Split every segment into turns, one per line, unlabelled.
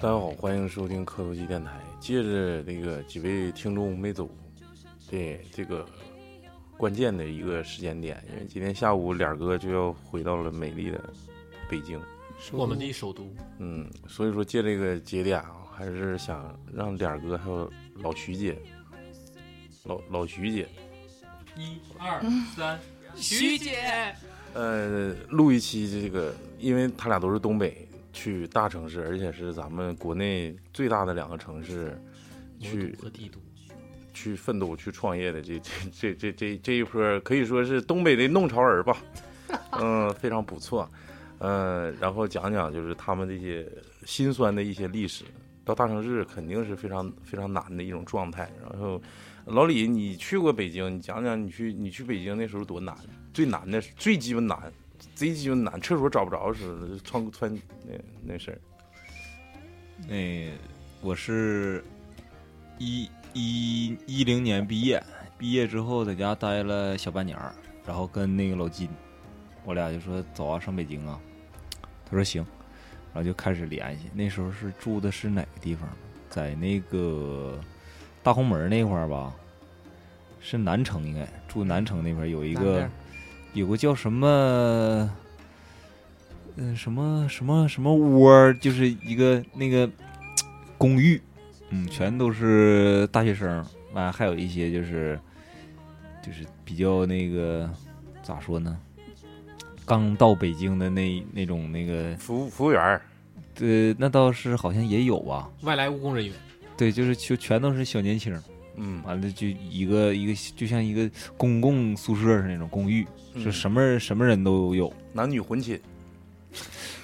大家好，欢迎收听磕头机电台。借着那个几位听众没走，嗯对这个关键的一个时间点，因为今天下午脸儿哥就要回到了美丽的北京，
我们的首都，
嗯，所以说借这个节点啊，还是想让脸儿哥还有老徐姐，老老徐姐，
一二三，
徐姐，
呃，录一期这个，因为他俩都是东北，去大城市，而且是咱们国内最大的两个城市，
魔
去
都和帝都，
去奋斗、去创业的这这这这这这一波，可以说是东北的弄潮儿吧，嗯，非常不错，呃，然后讲讲就是他们这些辛酸的一些历史。到大城市肯定是非常非常难的一种状态。然后，老李，你去过北京，你讲讲你去你去北京那时候多难？最难的最鸡巴难，贼鸡巴难，厕所找不着似的，穿穿那那事儿。
那我是一一一零年毕业，毕业之后在家待了小半年儿，然后跟那个老金，我俩就说走啊，上北京啊。他说行，然后就开始联系。那时候是住的是哪个地方？在那个大红门那块儿吧，是南城应该住南城那块儿有一
南边
个
儿
有个叫什么。嗯，什么什么什么窝儿，就是一个那个公寓，嗯，全都是大学生，完、还有一些就是就是比较那个咋说呢，刚到北京的那那种那个，
服务服务员儿，
呃，那倒是好像也有吧，
外来务工人员，
对，就是就全都是小年轻儿，
嗯，
完了就一个一个就像一个公共宿舍似的那种公寓，是什
么
么人什么人都有，
嗯男女混寝？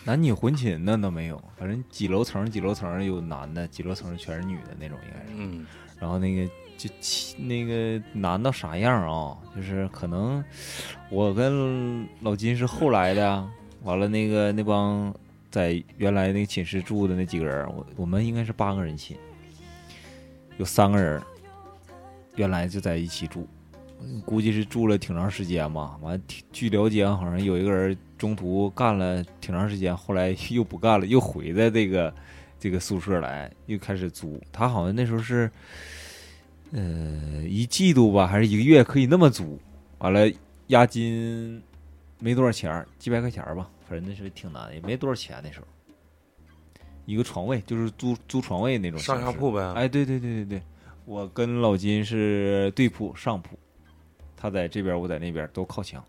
男女混寝那倒没有，反正几楼层几楼层有男的，几楼层全是女的那种应该是。
嗯
然后那个就起那个难到啥样啊、就是可能我跟老金是后来的啊，完了那个那帮在原来那个寝室住的那几个人，我我们应该是八个人寝，有三个人原来就在一起住，估计是住了挺长时间吧。完，挺据了解好像有一个人中途干了挺长时间，后来又不干了，又回在这个。这个宿舍来，又开始租。他好像那时候是，呃，一季度吧，还是一个月可以那么租。完了，押金没多少钱儿，几百块钱儿吧，反正那时候挺难的，也没多少钱。那时候一个床位就是租租床位那种
嗯
形
上
式，
下铺呗。
哎，对对对对对，我跟老金是对铺上铺，他在这边，我在那边，都靠墙。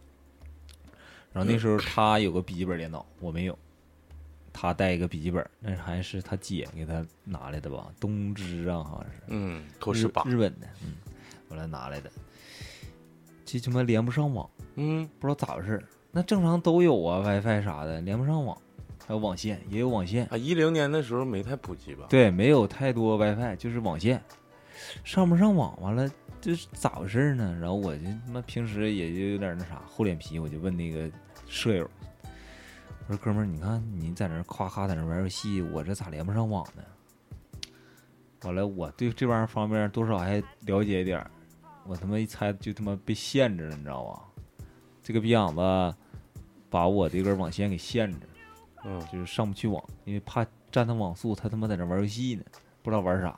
然后那时候他有个笔记本电脑，我没有，他带一个笔记本，那还是他姐给他拿来的吧，东芝啊，好像是。
嗯，脱
日
十八。
日本的，嗯，我来拿来的，这他妈连不上网，
嗯，
不知道咋回事儿。那正常都有啊，WiFi 啥的，连不上网，还有网线，也有网线，
啊，一零年的时候没太普及吧？
对，没有太多 WiFi，就是网线，上不上网完了就是咋回事儿呢？然后我就他妈平时也就有点那啥厚脸皮，我就问那个舍友，我说哥们儿，你看你在那儿夸夸在那儿玩游戏，我这咋连不上网呢？完了，我对这玩意儿方面多少还了解一点儿，我他妈一猜就他妈被限制了，你知道吧？这个逼样子把我这根网线给限制了。
嗯，
就是上不去网，因为怕占他网速，他他妈在那玩游戏呢，不知道玩啥，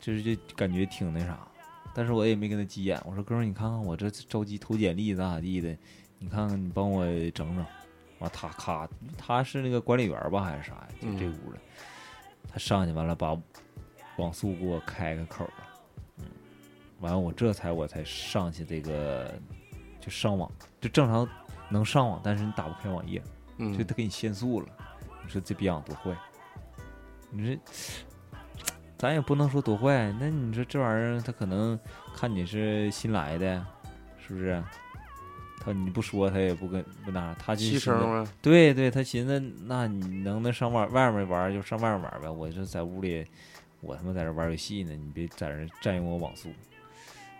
就是就感觉挺那啥。但是我也没跟他急眼，我说哥们儿，你看看我这着急投简历咋咋地的，你看看你帮我整整。完他咔，他是那个管理员吧还是啥呀？就这屋的，他上去完了把网速给我开个口了，嗯，完了我这才我才上去这个就上网，就正常能上网，但是你打不开网页，
嗯
就他给你限速了。你说这逼养多坏？你说，咱也不能说多坏。那你说这玩意儿，他可能看你是新来的，是不是？他你不说，他也不跟不那啥，他就
七
寻
声
思
吗？
对对，他寻思那你能那上外外面玩儿就上外面玩儿呗，我就在屋里，我他妈在这玩儿游戏呢，你别在这占用我网速。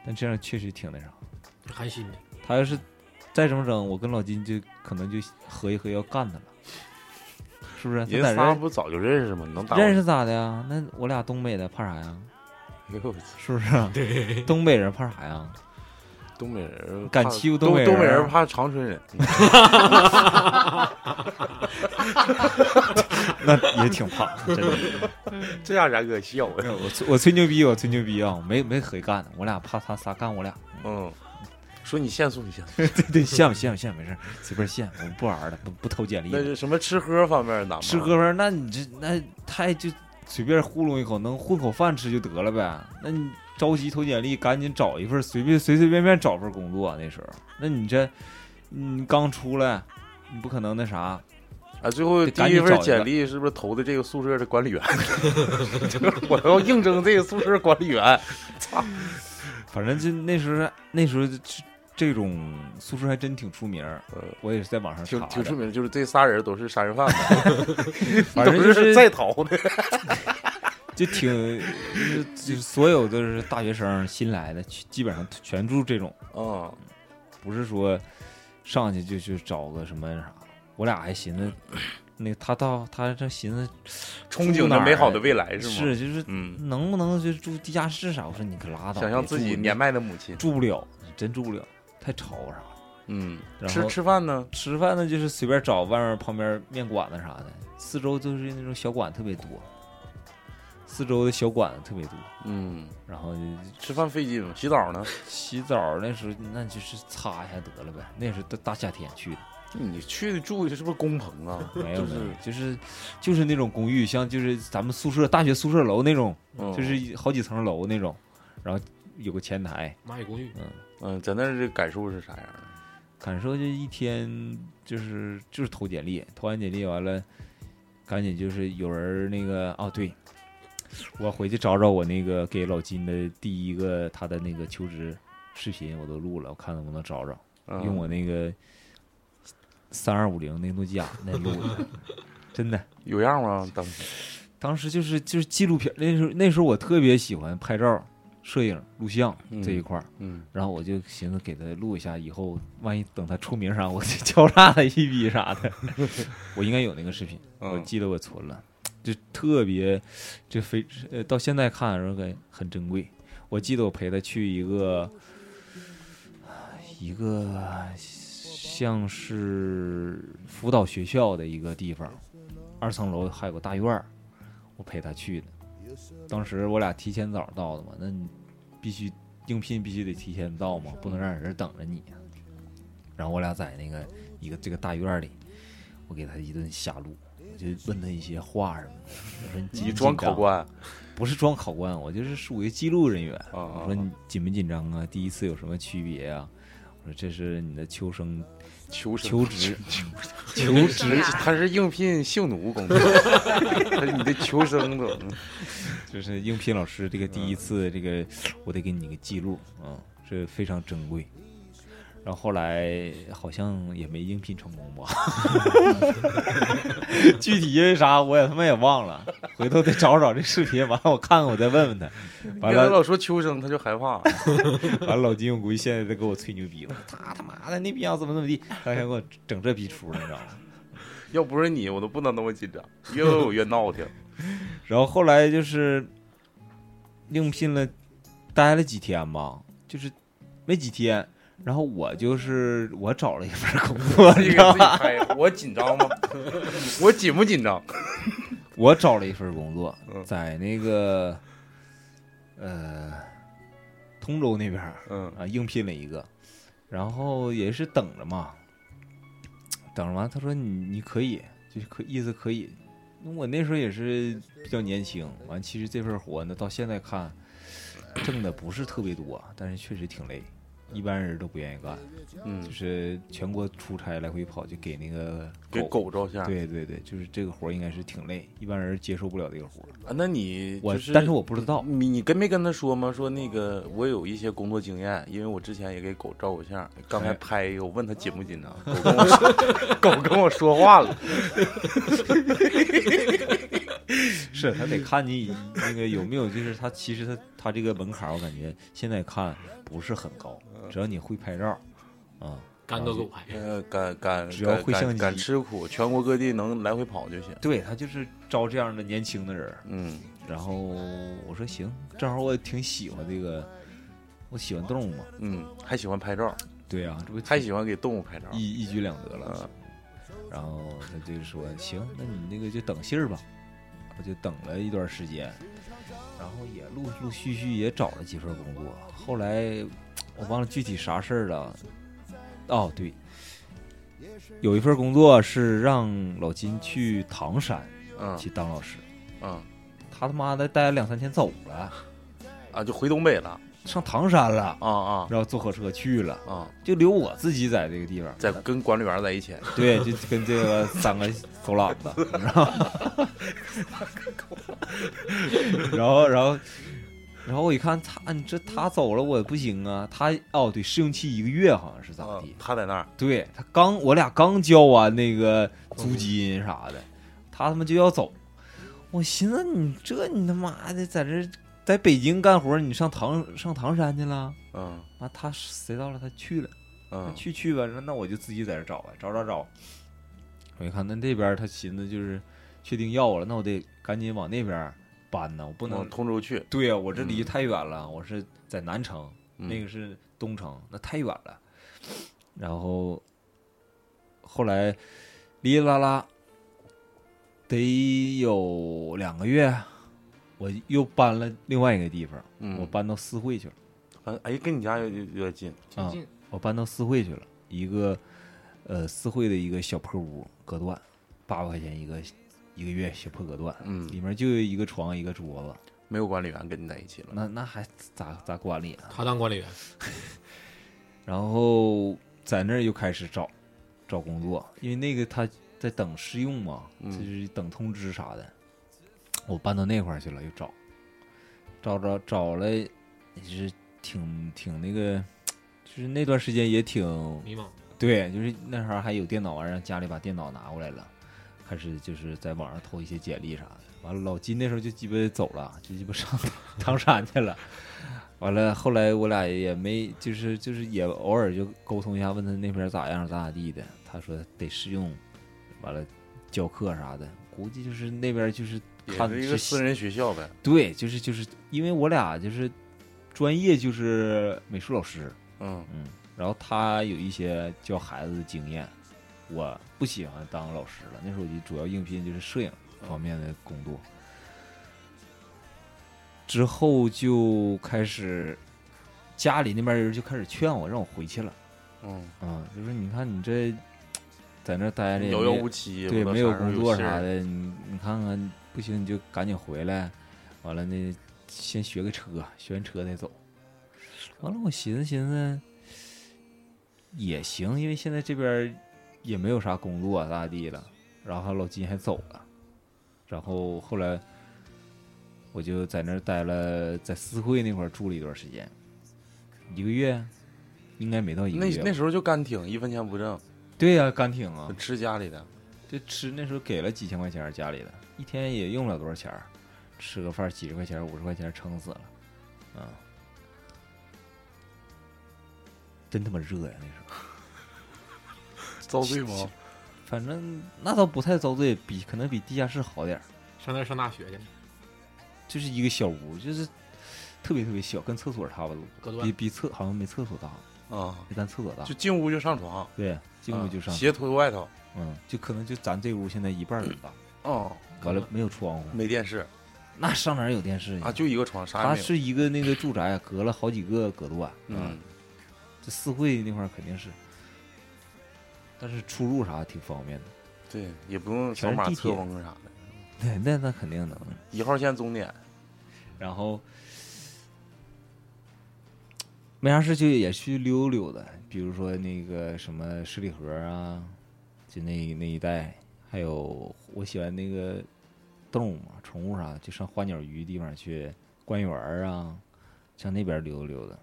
但这样确实挺那啥。
寒心的，
他要是再这么整，我跟老金就可能就合一合要干他了，是不是？
人
他在这
仨
儿
不早就认识吗？能打
认识咋的呀？那我俩东北的怕啥呀？
哎呦我操！
是不是？ 对，东北人怕啥呀？
东北人
敢
怕
欺负
东
东北人
北人 怕长春人。
那也挺胖，真的。
这让然哥笑
没
的。
有我吹我吹牛逼，我吹牛逼啊，没没合干的，我俩怕他仨干我俩。
嗯，说你限速，你限速。
对对，羡慕羡慕羡慕，没事儿，随便羡慕，我们不玩了，不不投简历
那
了。
是什么吃喝方面难吗？
吃喝饭，那你这那太就随便糊弄一口，能混口饭吃就得了呗。那你着急投简历，赶紧找一份，随便随随便便找份工作、啊那时候，那你这你刚出来，你不可能那啥，
啊，最后
得
第
赶
一
紧
份
找一
简
个
历是不是投的这个宿舍的管理 员？就是我要应征这个宿舍管理 员。
反正就那时候那时候就这种宿舍还真挺出名儿
嗯。
我也是在网上查
挺
的，
挺出名的，就是这仨人都是杀人犯吧，
反
都
正就是是
在逃的。
就挺，就是就是所有都是大学生新来的，去基本上全住这种，
嗯，
不是说上去就去找个什么啥。我俩还寻思，那他到他这寻思
憧憬着美好的未来是吗？
是就是
嗯，
能不能就住地下室啥？我说你可拉倒，
想象自己
住
年迈的母亲。
住不了，真住不了，太吵啥。
嗯，
然
吃
后
吃饭呢？
吃饭呢，就是随便找外面旁边面馆子啥的，四周都是那种小馆特别多，四周的小馆子特别多，
嗯，
然后就
吃饭费劲吗？洗澡呢？
洗澡那时候那就是擦一下得了呗，那时候大大夏天去的，
你去的住的是不是工棚 啊？
没有
就
没
是
有，就是就是那种公寓，像就是咱们宿舍大学宿舍楼那种，
嗯
就是好几层楼那种，然后有个前台，
蚂蚁公寓，
嗯，在那儿这感受是啥样的？
感受就一天就是就是投简历，投完简历完了，赶紧就是有人那个哦对，我回去找找我那个给老金的第一个他的那个求职视频我都录了，我看能不能找找。
嗯
用我那个三二五零那诺基亚那录 的，真的。
有样吗？当时
当时就是就是纪录片，那时候那时候我特别喜欢拍照、摄影、录像
嗯
这一块儿，
嗯，
然后我就寻思给他录一下，以后万一等他出名啥，我就 敲诈他一笔啥的。 我应该有那个视频，我
嗯
记得我存了，就特别，就非呃到现在看然后很很珍贵。我记得我陪他去一个一个像是辅导学校的一个地方，二层楼还有个大院儿，我陪他去的。当时我俩提前早到的嘛，那你必须应聘必须得提前到嘛，不能让人等着你。啊然后我俩在那个一个这个大院儿里，我给他一顿瞎录，我就问他一些话什么的。我说你紧
你
不
装
紧
考
张
官
不是装考官，我就是属于记录人员。
啊啊
我说
啊
你紧不紧张啊？第一次有什么区别啊？我说这是你的秋生
求生
求职
求啊职，他是应聘性奴工 作，他是你的求生 者。
就是应聘老师这个第一次，这个我得给你个记录啊，这非常珍贵。然后后来好像也没应聘成功吧，具体因为啥我也他妈也忘了，回头得找找这视频，完了我看看我再问问他。完
别他
了
老说求生，他就害怕。
完了，老金我估计现在在给我吹牛逼了，他他妈的那逼样怎么怎么地，他想给我整这逼出，你知道吗？
要不是你，我都不能那么紧张，越我越闹挺。
然后后来就是应聘了，待了几天吧，就是没几天。然后我就是我找了一份工作，
自
你
己给自
知道
己
吗？
拍，我紧张 吗？我紧不紧张？
我找了一份工作
嗯，
在那个呃通州那边儿
嗯
啊，应聘了一个，然后也是等着嘛，等着完，他说你你可以，就是可意思可以。我那时候也是比较年轻，完其实这份活呢，到现在看挣的不是特别多，但是确实挺累，一般人都不愿意干，就
嗯，
是全国出差来回跑，就给那个
给
狗。
狗照相。
对对对，就是这个活儿应该是挺累，一般人接受不了这个活儿。
啊，那你
我
就是，
但是我不知道，
你你跟没跟他说吗？说那个我有一些工作经验，因为我之前也给狗照过相，刚才
哎
拍一个，我问他紧不紧 张，狗跟我说， 狗跟我说话了。
是他得看你那个有没有，就是他其实他他这个门槛儿，我感觉现在看不是很高，只要你会拍照儿，啊，
干都给我拍。
呃，敢敢
只要
敢
会相
敢
机
敢吃苦，全国各地能来回跑就行。
对他就是招这样的年轻的人儿。
嗯
然后我说行，正好我也挺喜欢这个，我喜欢动物嘛，
嗯，还喜欢拍照，
对呀、这不
还喜欢给动物拍照。
一一举两得了。
啊嗯，
然后他就说行，那你那个就等信儿吧，我就等了一段时间，然后也陆陆续续也找了几份工作，后来我忘了具体啥事儿了，哦对，有一份工作是让老金去唐山
嗯
去当老师，
嗯
他他妈的待了两三天走了，
啊，就回东北了
上唐山了，
啊啊
然后坐火车去了。
啊，
就留我自己在这个地方，
在跟管理员在一起，
对，就跟这个三个走喇子，你知道吗？然后，然后，然后我一看他，你这他走了，我也不行啊。他哦，对，试用期一个月好像是咋
啊
地？
他在那儿
对他刚，我俩刚交完那个租金啥的，他他妈就要走。我寻思你这你他妈的在这在北京干活，你上唐上唐山去了？
嗯
妈，他谁知道了？他去了。那
嗯
去去吧，那那我就自己在这找吧，找找找。我一看，那这边他寻思就是确定要我了，那我得赶紧往那边搬呢，我不能
往。通州去，
对呀，我这离
嗯
太远了，我是在南城，
嗯
那个是东城，那太远了。然后后来哩哩啦啦，得有两个月，我又搬了另外一个地方，
嗯
我搬到四惠去了。
啊哎，跟你家有有有点近，
挺近，
我搬到四惠去了，一个呃四惠的一个小破屋，隔断，八百块钱一个一个月小破隔断，
嗯
里面就有一个床一个桌子，
没有管理员跟你在一起了，
那那还咋咋管理啊？
他当管理员，
然后在那儿又开始找找工作，因为那个他在等试用嘛，
嗯
就是等通知啥的。我搬到那块儿去了，又找，找找找了，也是挺挺那个，就是那段时间也挺
迷茫，
对，就是那时候还有电脑玩意儿，家里把电脑拿过来了，开始就是在网上投一些简历啥的。完了，老金那时候就鸡巴走了，就鸡巴上 唐山去了。完了，后来我俩也没，就是就是也偶尔就沟通一下，问他那边咋样，咋咋地的。他说得试用，完了教课啥的，估计就是那边就是
也
看
是一个
是
私人学校呗，
对，就是就是因为我俩就是专业就是美术老师，
嗯
嗯，然后他有一些教孩子的经验，我不喜欢当老师了。那时候我就主要应聘就是摄影方面的工作。之后就开始，家里那边人就开始劝我，让我回去了。
嗯，
嗯，就说你看你这在那待着也
遥遥
没
无期，
对，
不
没
知道
有
啥时候
工作
信儿
啥，的，你你看看不行你就赶紧回来，完了那先学个车，学完车再走。完了，我寻思寻思也行，因为现在这边儿也没有啥工作啊咋咋地了，然后老金还走了，然后后来我就在那儿待了，在四惠那块儿住了一段时间，一个月，应该没到一个
那
月吧。
那时候就干挺，一分钱不挣，
对呀、干挺啊，
吃家里的，
这吃那时候给了几千块钱儿家里的，一天也用不了多少钱儿，吃个饭儿几十块钱儿、五十块钱儿撑死了，啊，真他妈热呀那时候，
遭罪吗？
反正那倒不太遭罪，比可能比地下室好点儿，
上那儿上大学去，
就是一个小屋，就是特别特别小，跟厕所差不多，
隔
比
断，
比厕好像没厕所大，
啊，
比咱厕所大
就，进屋就上床，
对， 进屋就上
啊，鞋脱外头，
嗯，就可能就咱这屋现在一半儿都大，
哦，
完了没有窗户，
没电视
那上哪儿有电视去
啊，就一个床，啥
它
也没有，
是一个那个住宅，啊隔了好几个隔断，
嗯，
啊这四惠那块儿肯定是，但是出入啥挺方便的，
对，也不用扫
全是
码
地
测
铁
温啥的，
对，那那肯定的。
一号线终点，
然后没啥事就也去溜溜的，比如说那个什么十里河啊，就那那一带，还有我喜欢那个动物嘛，宠物啥的，就上花鸟鱼地方去观园儿啊，上那边溜达溜达。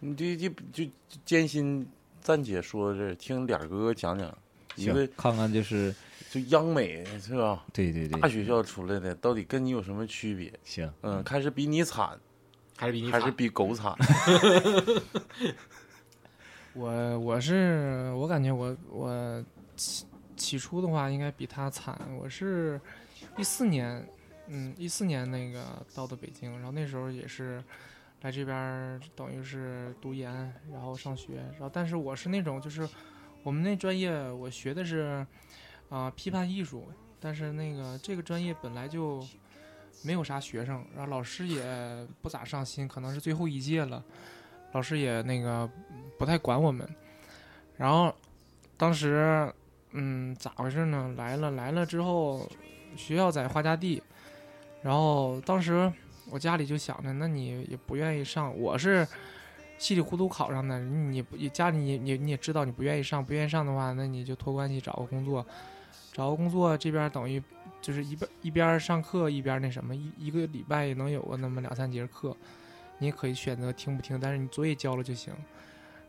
你这这就就艰辛，暂且说这，听脸儿哥讲讲，一
行
个
看看就是
就央美是吧？
对对对
大，学校出来的到底跟你有什么区别？
行，
嗯，看是比你惨，
还是比你
还是
惨
比狗 惨？
我我是我感觉我我起起初的话应该比他惨，我是一四年，嗯，一四年那个到的北京，然后那时候也是来这边儿等于是读研，然后上学，然后但是我是那种就是我们那专业我学的是啊、批判艺术，但是那个这个专业本来就没有啥学生，然后老师也不咋上心，可能是最后一届了，老师也那个不太管我们。然后当时嗯咋回事呢？来了来了之后，学校在花家地，然后当时我家里就想着，那你也不愿意上，我是。稀里糊涂考上的，你不你家里你你你也知道你不愿意上，不愿意上的话，那你就托关系找个工作，找个工作这边等于就是一边一边上课一边那什么，一一个礼拜也能有个那么两三节课，你也可以选择听不听，但是你作业交了就行。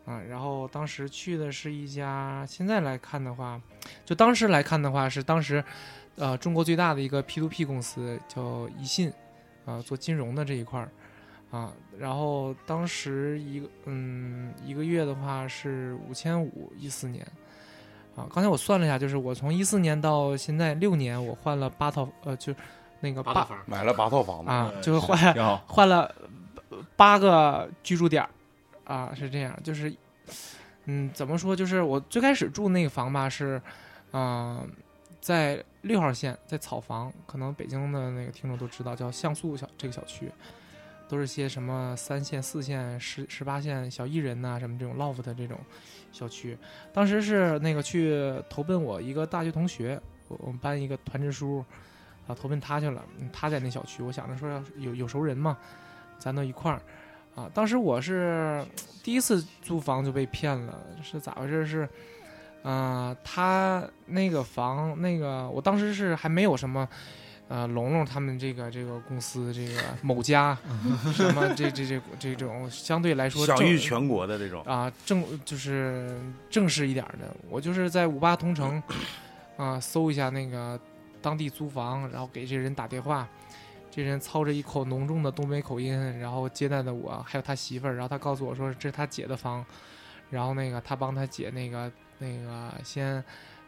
啊，然后当时去的是一家，现在来看的话，就当时来看的话是当时，呃，中国最大的一个 P to P 公司叫宜信，啊、做金融的这一块儿，啊，然后当时一个嗯一个月的话是五千五，一四年，啊，刚才我算了一下，就是我从一四年到现在六年，我换了八套，呃，就是那个
八大房，
买了八套房子，
啊，
呃
就是
是
换
挺好。
换了八个居住点儿啊，是这样，就是，嗯，怎么说？就是我最开始住那个房吧，是，嗯、在六号线，在草房，可能北京的那个听众都知道，叫像素小这个小区，都是些什么三线、四线、十十八线小艺人呐、什么这种 loft 的这种小区。当时是那个去投奔我一个大学同学，我我们班一个团支书。啊，投奔他去了，嗯他在那小区，我想着说要是有有熟人嘛，咱都一块儿，啊，当时我是第一次租房就被骗了，是咋回事？是，呃，他那个房那个，我当时是还没有什么，呃，龙龙他们这个这个公司这个某家什么这这这这种相对来说
享
正
誉全国的这种，
啊，正就是正式一点儿的，我就是在五八同城啊、搜一下那个当地租房，然后给这人打电话，这人操着一口浓重的东北口音，然后接待的我，还有他媳妇儿，然后他告诉我说这是他姐的房，然后那个他帮他姐那个那个先。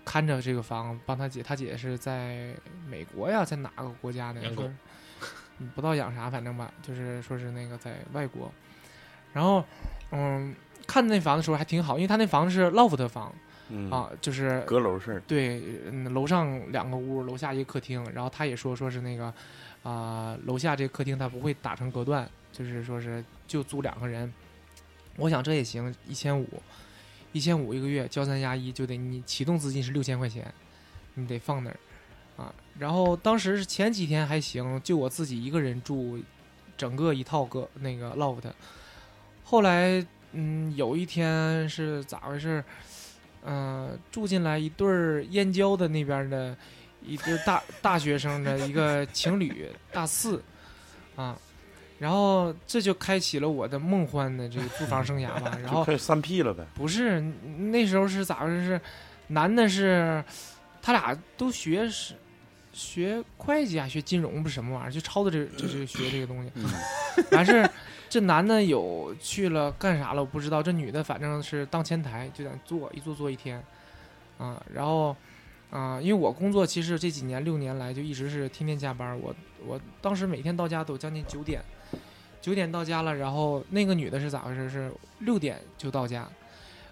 看着这个房，帮他姐，他姐是在美国呀，在哪个国家呢？
养狗
说是嗯不知道养啥，反正吧，就是说是那个在外国，然后，嗯，看那房的时候还挺好，因为他那房子是 loft 房、
嗯，
啊，就是
阁楼式，
对，嗯楼上两个屋，楼下一个客厅。然后他也说，说是那个，啊、楼下这个客厅他不会打成隔断，就是说是就租两个人。我想这也行，一千五，一千五一个月，交三加一就得你启动资金是六千块钱，你得放那儿啊。然后当时是前几天还行，就我自己一个人住，整个一套个那个 loft。后来，嗯，有一天是咋回事儿？呃，住进来一对儿燕郊的那边的一对儿大大学生的一个情侣，大四啊，然后这就开启了我的梦幻的这个租房生涯吧。然
就
后
快三 P 了呗，
不是那时候是咋回事？是男的是他俩都学是学会计啊，学金融不是什么玩意儿，就抄的这这这学这个东西。
嗯，
完事儿，这男的有去了干啥了？我不知道。这女的反正是当前台，就在那做一做做一天，啊，然后啊，因为我工作其实这几年六年来就一直是天天加班儿，我我当时每天到家都将近九点，九点到家了，然后那个女的是咋回事？是六点就到家，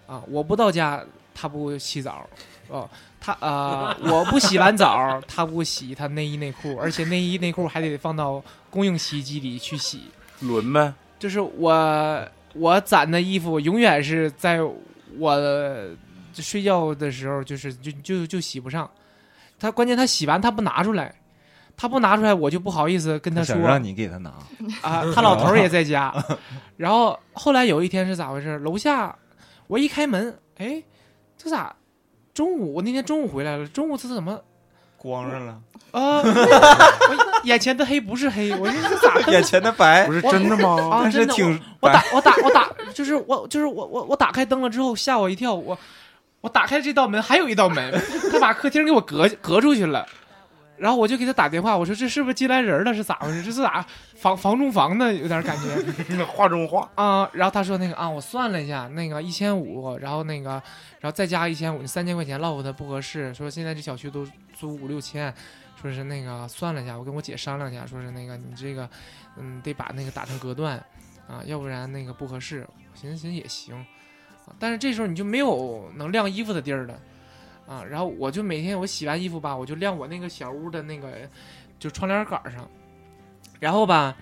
啊，我不到家，她不洗澡，哦，她啊、我不洗完澡，她不洗她内衣内裤，而且内衣内裤还得放到公用洗衣机里去洗，
轮 呗，
就是我我攒的衣服永远是在我睡觉的时候，就是就就就洗不上。他关键他洗完他不拿出来，他不拿出来我就不好意思 跟他说
想让你给他拿，
啊。他老头儿也 在家，然后后来有一天是咋回事？楼下我一开门，哎，这咋中午我那天中午回来了，中午这怎么
光上了，
啊？我眼前的黑不是黑，我这是咋灯
眼前的白
不，是真的吗？
啊？
但是
真的我
挺
我
白
打我打我打，就是我就是我我我打开灯了之后吓我一跳，我我打开这道门还有一道门，他把客厅给我隔隔出去了。然后我就给他打电话，我说这是不是进来人了？是咋回事？这是咋房房中房的有点感觉
画中画，
啊、然后他说那个啊，我算了一下，那个一千五，然后那个然后再加一千五，三千块钱落的不合适。说现在这小区都租五六千，说是那个算了一下，我跟我姐商量一下，说是那个你这个，嗯，得把那个打成隔断啊，要不然那个不合适。我寻思寻思也行、啊但是这时候你就没有能晾衣服的地儿了啊，然后我就每天我洗完衣服吧，我就晾我那个小屋的那个就窗帘杆上，然后吧，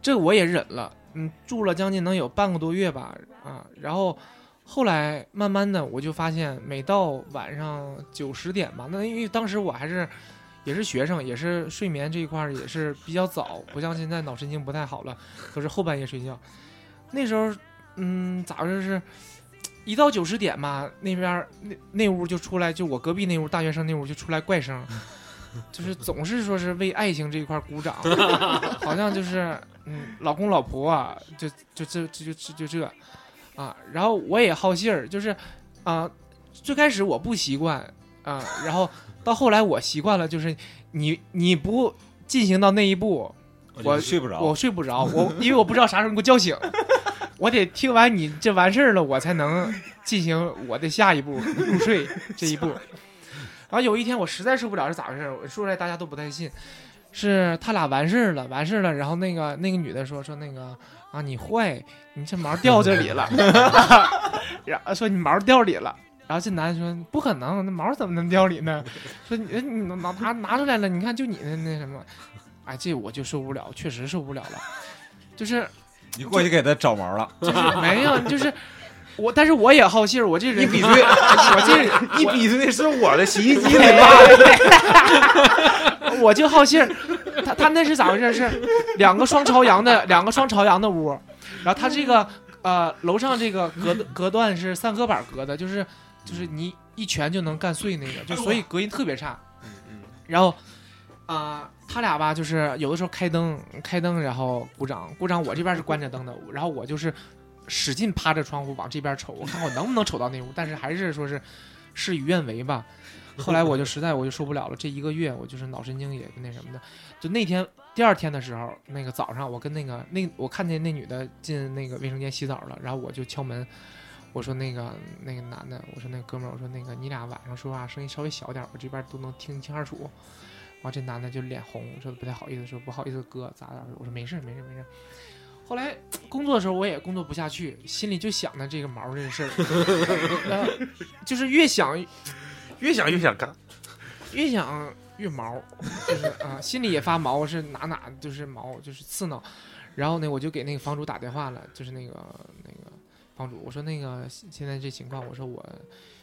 这我也忍了，嗯，住了将近能有半个多月吧，啊，然后后来慢慢的我就发现，每到晚上九十点吧，那因为当时我还是也是学生，也是睡眠这一块儿也是比较早，不像现在脑神经不太好了，都是后半夜睡觉，那时候嗯咋回事是。一到九十点吧，那边儿那那屋就出来，就我隔壁那屋大学生那屋就出来怪声，就是总是说是为爱情这一块鼓掌， 好像就是嗯，老公老婆啊，就就这就就就就这啊，然后我也好信儿，就是啊，最开始我不习惯啊，然后到后来我习惯了，就是你你不进行到那一步，我
就睡不着，
我睡不着，我因为我不知道啥时候给我叫醒，我得听完你这完事儿了，我才能进行我的下一步入睡这一步。然后有一天我实在受不了是咋回事儿？我说出来大家都不太信，是他俩完事儿了，完事儿了，然后那个那个女的说说那个啊你坏，你这毛掉这里了， 然后说你毛掉里了。然后这男的说：“不可能，那毛怎么能掉里呢？说你你拿拿拿出来了，你看就你那那什么，哎，这我就受不了，确实受不了了。就是
你过去给他找毛了，
就是没有，就是我，但是我也好信儿，我这人
你比对
我这人
你比的是我的洗衣机里吧？
对我就好信儿，他他那是咋回事？是两个双朝阳的，两个双朝阳的屋，然后他这个呃楼上这个隔隔断是三合板隔的，就是就是你一拳就能干碎那个，就所以隔音特别差。
嗯嗯，
然后啊、他俩吧，就是有的时候开灯，开灯，然后鼓掌，鼓掌。我这边是关着灯的，然后我就是使劲趴着窗户往这边瞅，我看我能不能瞅到那屋，但是还是说是事与愿违吧。后来我就实在我就受不了了，这一个月我就是脑神经也那什么的。就那天第二天的时候，那个早上我跟那个那我看见那女的进那个卫生间洗澡了，然后我就敲门，我说那个那个男的，我说那个哥们儿，我说那个你俩晚上说话声音稍微小点儿，我这边都能听清二楚。然后这男的就脸红，说不太好意思，说不好意思哥咋咋，我说没事儿没事儿没事儿。后来工作的时候我也工作不下去，心里就想着这个毛儿 这个事儿，然后就是越想
越想越想干，
越想越毛，就是啊、心里也发毛，是哪哪就是毛，就是刺挠。然后呢，我就给那个房主打电话了，就是那个那个房主，我说那个现现在这情况，我说我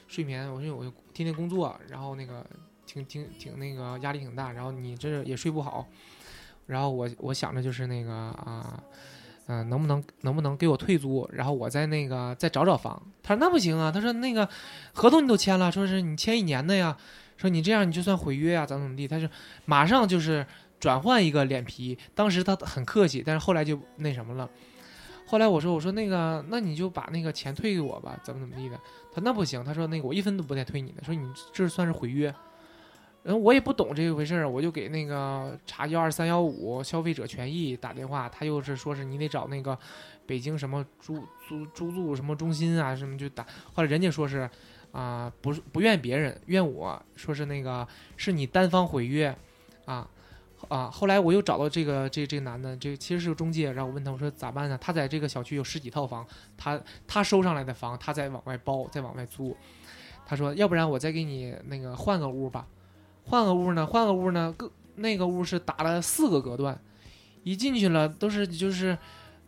睡眠，我说我天天工作，然后那个挺挺挺那个压力挺大，然后你这也睡不好，然后我我想着就是那个啊。嗯、能不能能不能给我退租？然后我再那个再找找房。他说那不行啊，他说那个合同你都签了，说是你签一年的呀，说你这样你就算毁约啊，怎么怎么地。他是马上就是转换一个脸皮，当时他很客气，但是后来就那什么了。后来我说我说那个那你就把那个钱退给我吧，怎么怎么地的。他那不行，他说那个我一分都不带退你的，说你这算是毁约。然后我也不懂这回事儿，我就给那个查幺二三幺五消费者权益打电话，他又是说是你得找那个北京什么租租租住什么中心啊什么就打，后来人家说是啊、不是不怨别人，怨我说是那个是你单方毁约，啊啊！后来我又找到这个这这个男的，这其实是个中介，然后我问他我说咋办呢？他在这个小区有十几套房，他他收上来的房，他再往外包，再往外租。他说要不然我再给你那个换个屋吧，换个屋呢，换个屋呢，个那个屋是打了四个隔断，一进去了都是就是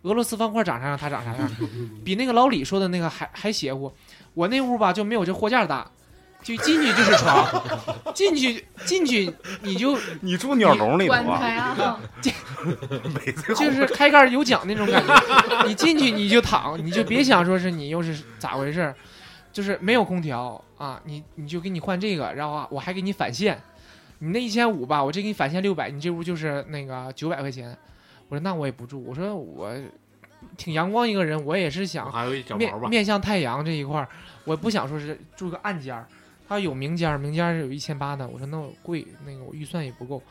俄罗斯方块长啥样，他长啥样，
嗯
比那个老李说的那个还还邪乎。我那屋吧就没有这货架大，就进去就是床，进去进去你就
你住鸟笼里头
棺
啊？
材 啊，
没这好
就是开盖有奖那种感觉，你进去你就躺，你就别想说是你又是咋回事儿，就是没有空调啊，你你就给你换这个，然后啊我还给你返现，你那一千五吧，我这给你返现六百，你这屋就是那个九百块钱。我说那我也不住，我说我挺阳光一个人，我也是想
我还会找毛
面
吧？
面向太阳这一块儿，我不想说是住个暗间儿，他有明间儿，明间儿是有一千八的，我说那我贵，那个我预算也不够。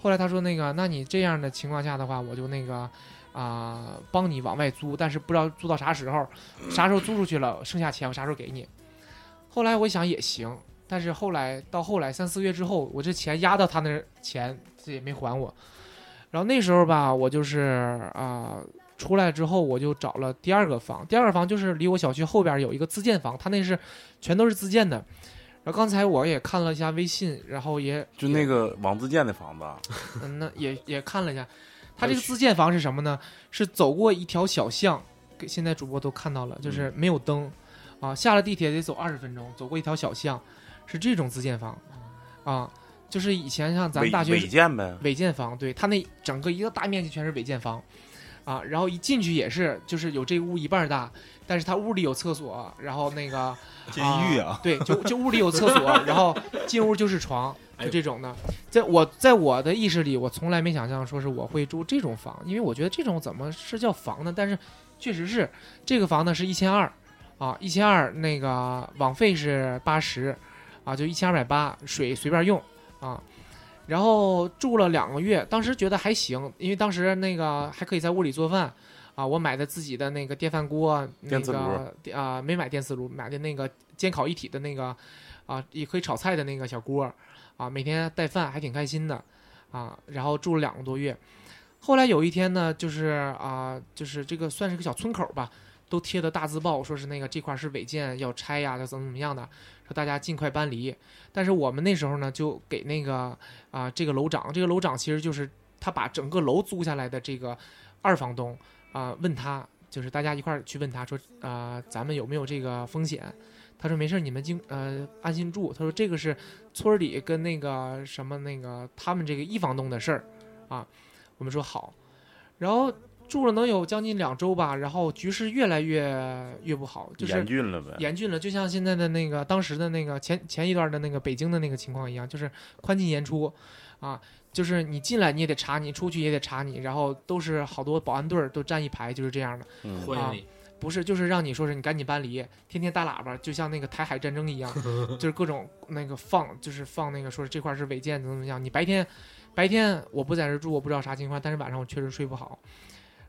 后来他说那个，那你这样的情况下的话，我就那个啊、帮你往外租，但是不知道租到啥时候，啥时候租出去了，剩下钱我啥时候给你。后来我想也行，但是后来到后来三四个月之后，我这钱压到他那儿钱，这也没还我。然后那时候吧，我就是啊、出来之后我就找了第二个房，第二个房就是离我小区后边有一个自建房，它那是全都是自建的。然后刚才我也看了一下微信，然后也
就那个王自健的房子，啊
嗯，那也也看了一下，它这个自建房是什么呢？是走过一条小巷，给现在主播都看到了，就是没有灯，啊，下了地铁得走二十分钟，走过一条小巷，是这种自建房，啊，就是以前像咱们
违
大学啊
违建呗，
违建房，对，它那整个一个大面积全是违建房，啊，然后一进去也是，就是有这屋一半大，但是它屋里有厕所，然后那个
监狱啊，
对，就就屋里 有厕所，然后进屋就是床，
哎
就
呦
这种的。在我在我的意识里，我从来没想象说是我会住这种房，因为我觉得这种怎么是叫房呢？但是确实是这个房呢是一千二啊，一千二那个网费是八十啊，就一千二百八，水随便用啊。然后住了两个月，当时觉得还行，因为当时那个还可以在屋里做饭。啊，我买的自己的那个电饭锅，
电磁炉
那个电啊、没买电磁炉，买的那个煎烤一体的那个，啊，也可以炒菜的那个小锅儿，啊，每天带饭还挺开心的，啊，然后住了两个多月，后来有一天呢，就是啊，就是这个算是个小村口吧，都贴的大字报，说是那个这块儿是违建，要拆呀，要怎么怎么样的，说大家尽快搬离。但是我们那时候呢，就给那个啊这个楼长，这个楼长其实就是他把整个楼租下来的这个二房东啊、问他，就是大家一块儿去问他说啊、咱们有没有这个风险？他说没事儿，你们经呃安心住。他说这个是村儿里跟那个什么那个他们这个一房东的事儿啊。我们说好，然后住了能有将近两周吧，然后局势越来越越不好，就是
严峻了呗。
严峻了，就像现在的那个当时的那个前前一段的那个北京的那个情况一样，就是宽进严出，啊，就是你进来你也得查你，出去也得查你，然后都是好多保安队儿都站一排，就是这样的。
嗯
欢迎你，
不是，就是让你说是你赶紧搬离，天天大喇叭，就像那个台海战争一样，就是各种那个放，就是放那个说这块是违建，怎么怎么样。你白天，白天我不在这住，我不知道啥情况，但是晚上我确实睡不好。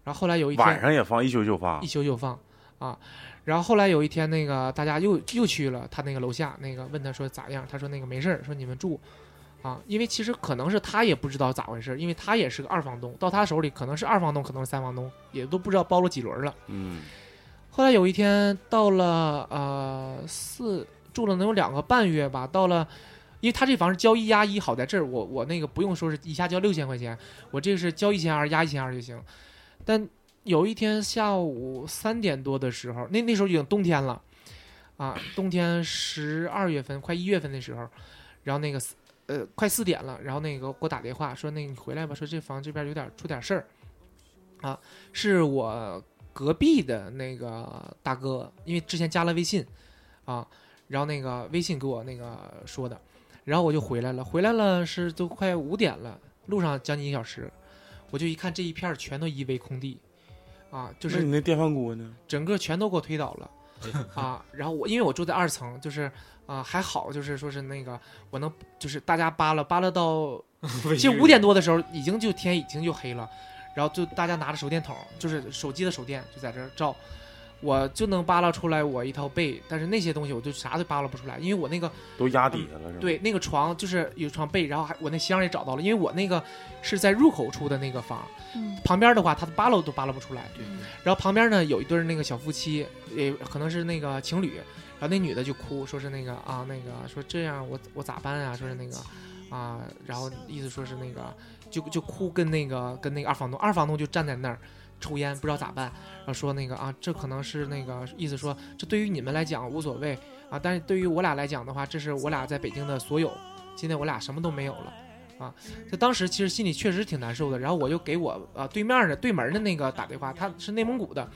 然后后来有一天
晚上也放一宿就放
一，宿就放啊。然后后来有一天，那个大家又又去了他那个楼下，那个问他说咋样，他说那个没事儿，说你们住啊，因为其实可能是他也不知道咋回事儿，因为他也是个二房东，到他手里可能是二房东，可能是三房东，也都不知道包了几轮了。
嗯，
后来有一天到了呃四住了能有两个半月吧，到了，因为他这房是交一押一，好在这儿我我那个不用说是一下交六千块钱，我这个是交一千二押一千二就行。但有一天下午三点多的时候，那那时候已经冬天了，啊，冬天十二月份快一月份的时候，然后那个四呃快四点了，然后那个给我打电话说那个你回来吧，说这房这边有点出点事儿，啊，是我隔壁的那个大哥，因为之前加了微信，啊，然后那个微信给我那个说的，然后我就回来了，回来了是都快五点了，路上将近一小时，我就一看这一片儿全都夷为空地，啊，就
那
是
你那电饭锅呢？
整个全都给我推倒了啊！然后我因为我住在二层，就是啊、还好，就是说是那个我能就是大家扒拉扒拉到其实五点多的时候已经就天已经就黑了，然后就大家拿着手电筒，就是手机的手电就在这儿照，我就能扒拉出来我一套被，但是那些东西我就啥都扒拉不出来，因为我那个
都压底下了是吗？，
对，那个床就是有床被，然后还我那箱也找到了，因为我那个是在入口处的那个房，
嗯
旁边的话，他扒拉都扒拉不出来。
对
然后旁边呢有一对儿那个小夫妻，呃也可能是那个情侣，然后那女的就哭，说是那个啊那个说这样我我咋办啊？说是 那个啊，然后意思说是那个就就哭跟那个跟那个二房东，二房东就站在那儿抽烟，不知道咋办，然后说那个啊这可能是那个意思说这对于你们来讲无所谓啊，但是对于我俩来讲的话，这是我俩在北京的所有，现在我俩什么都没有了。就当时其实心里确实挺难受的，然后我就给我呃对面的对门的那个打电话，他是内蒙古的，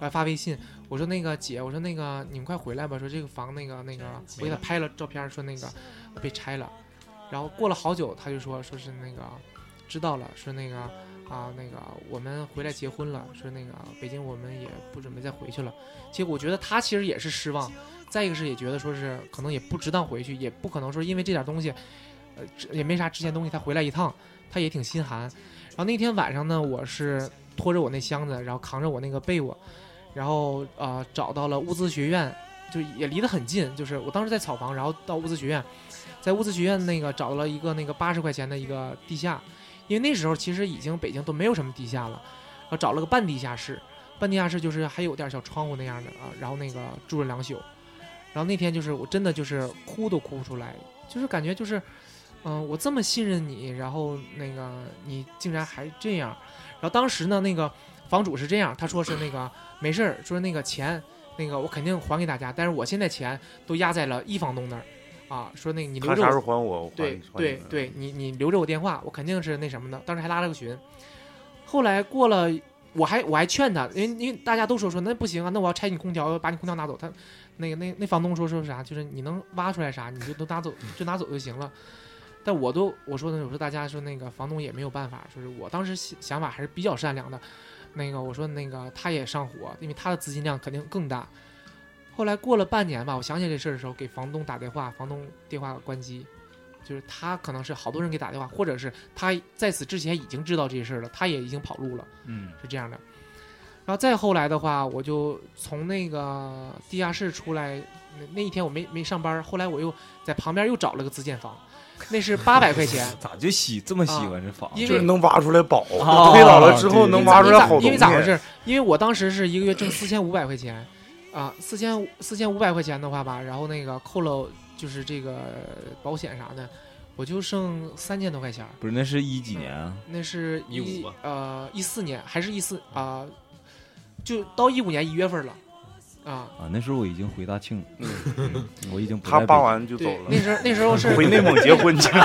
呃发微信，我说那个姐，我说那个你们快回来吧，说这个房那个那个，我给他拍了照片，说那个被拆了，然后过了好久，他就说说是那个知道了，说那个啊那个我们回来结婚了，说那个北京我们也不准备再回去了，其实我觉得他其实也是失望，再一个是也觉得说是可能也不值当回去，也不可能说因为这点东西。呃，这也没啥值钱东西，他回来一趟，他也挺心寒。然后那天晚上呢，我是拖着我那箱子，然后扛着我那个被窝，然后呃找到了物资学院，就也离得很近，就是我当时在草房，然后到物资学院，在物资学院那个找到了一个那个八十块钱的一个地下，因为那时候其实已经北京都没有什么地下了，然后找了个半地下室，半地下室就是还有点小窗户那样的啊，然后那个住了两宿，然后那天就是我真的就是哭都哭不出来，就是感觉就是，嗯、我这么信任你，然后那个你竟然还这样。然后当时呢，那个房主是这样，他说是那个没事儿，说那个钱，那个我肯定还给大家，但是我现在钱都压在了一房东那儿，啊，说那个你留
他
着
啥
我
时候还我？我还
对
还
对
你
对，你你留着我电话，我肯定是那什么的。当时还拉了个群，后来过了，我还我还劝他，因为因为大家都说说那不行啊，那我要拆你空调，把你空调拿走。他那个那那房东说说啥，就是你能挖出来啥，你就都拿走，就拿走就行了。但我都我说呢，我说大家说那个房东也没有办法，就是我当时想想法还是比较善良的。那个我说那个他也上火，因为他的资金量肯定更大。后来过了半年吧，我想起这事儿的时候，给房东打电话，房东电话关机，就是他可能是好多人给打电话，或者是他在此之前已经知道这些事儿了，他也已经跑路了，
嗯
是这样的。然后再后来的话，我就从那个地下室出来，那那一天我没没上班，后来我又在旁边又找了个自建房，那是八百块钱，
咋就喜这么喜欢这房子？
因
就是
为哦
能挖出来宝，
啊
推倒了之后
对
能
对
挖出
对
来好东西。
因为咋回事？因为我当时是一个月挣四千五百块钱，啊，四千四千五百块钱的话吧，然后那个扣了就是这个保险啥的，我就剩三千多块钱儿。
不是，那是一几年啊？
那是
15
一
吧
呃一四年还是一四啊？就到一五年一月份了啊。
啊，那时候我已经回大庆，
嗯
嗯我已经不
他
在
扒
北
完就走
对，
了
那，时候那时候是
回内蒙结 婚去了。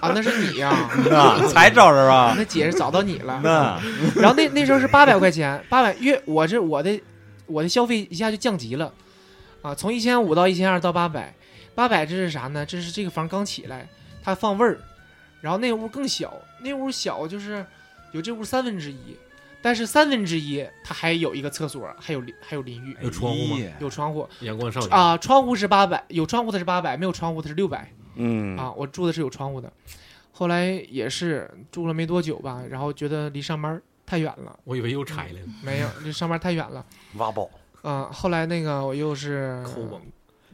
啊，那是你呀、
京啊，才找着啊，
那姐是找到你了。
那
然后那那时候是八百块钱，八百月，我这我的我的消费一下就降级了，啊，从一千五到一千二到八百，八百这是啥呢？这是这个房刚起来，它放味儿，然后那屋更小，那屋小就是有这屋三分之一，但是三分之一它还有一个厕所，还有淋还有淋浴，
有窗户吗
哎呀
有窗户
阳光少女，
啊，窗户是八百，有窗户的是八百，没有窗户的是六百。
嗯
啊，我住的是有窗户的。后来也是住了没多久吧，然后觉得离上班儿太远了，
我以为又拆了呢。
没有离上班儿太远了。
挖宝，
嗯、后来那个我又是
抠吧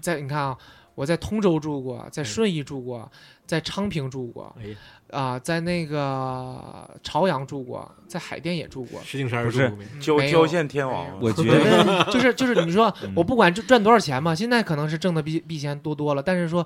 在你看啊，我在通州住过，在顺义住过，在昌平住过，
哎呀，
啊、在那个朝阳住过，在海淀也住过。
石景山
不
住
是
过没？
嗯
交
没有
交县天王，
我觉
对
得，
但是就是就是你说
嗯
我不管赚赚多少钱嘛，现在可能是挣的比比以前多多了，但是说。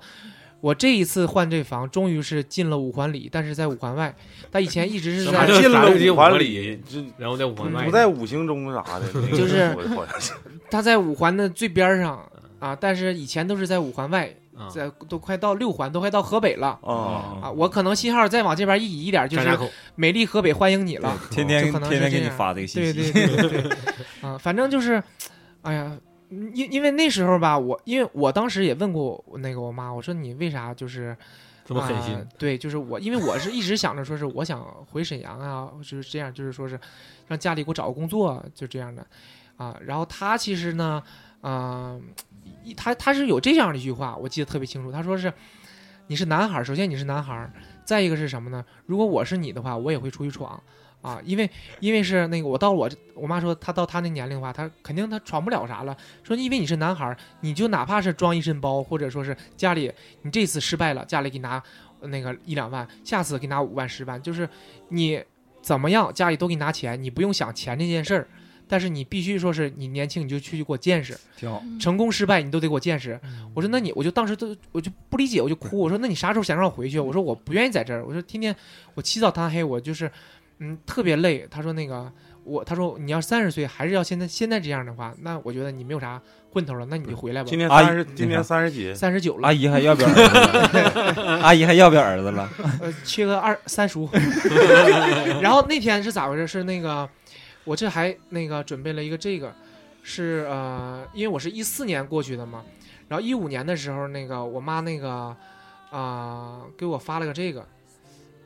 我这一次换这房，终于是进了五环里，但是在五环外。他以前一直是
咱
还
们
在
这
进
咱
了
们这
五环
五环
里
里，
这
然后在五环外，
嗯
啊
不在五行中啥的，那个
就是
我好像是
他在五环的最边儿上啊，但是以前都是在五环外，
啊，
在都快到六环，都快到河北了
哦
啊，
啊。我可能信号再往这边一移一点，就
张家
是
口
美丽河北欢迎你 了。
天天
就可能
天
是
天给
这
你
样
发 这个信
对
息，
对对对对，啊，反正就是，哎呀，因因为那时候吧，我因为我当时也问过我那个我妈，我说你为啥就是
这么狠心
啊，对，就是我，因为我是一直想着说是我想回沈阳啊，就是这样，就是说是让家里给我找个工作，就这样的啊。然后他其实呢，啊、一他他是有这样的一句话，我记得特别清楚，他说是你是男孩儿，首先你是男孩儿，再一个是什么呢？如果我是你的话，我也会出去闯。啊，因为因为是那个，我到我这我妈说，她到她那年龄的话，她肯定她闯不了啥了。说因为你是男孩儿，你就哪怕是装一身包，或者说是家里你这次失败了，家里给你拿那个一两万，下次给你拿五万十万，就是你怎么样，家里都给你拿钱，你不用想钱这件事儿，但是你必须说是你年轻你就去给我见识，
挺好。
成功失败你都得给我见识。我说那你我就当时都我就不理解，我就哭，我说那你啥时候想让我回去？我说我不愿意在这儿，我说天天我起早贪黑，我就是嗯特别累。他说那个我他说你要三十岁还是要现在现在这样的话，那我觉得你没有啥混头了，那你就回来吧
今。年
阿姨
三十，今年三十几，
三十九了
阿，姨还要不要儿子 了？阿姨还要不要儿子了？
呃，缺个二三叔。 然后那天是咋回事？是那个，我这还那个准备了一个这个，是呃，因为我是一四年过去的嘛，然后一五年的时候，那个我妈那个啊、给我发了个这个，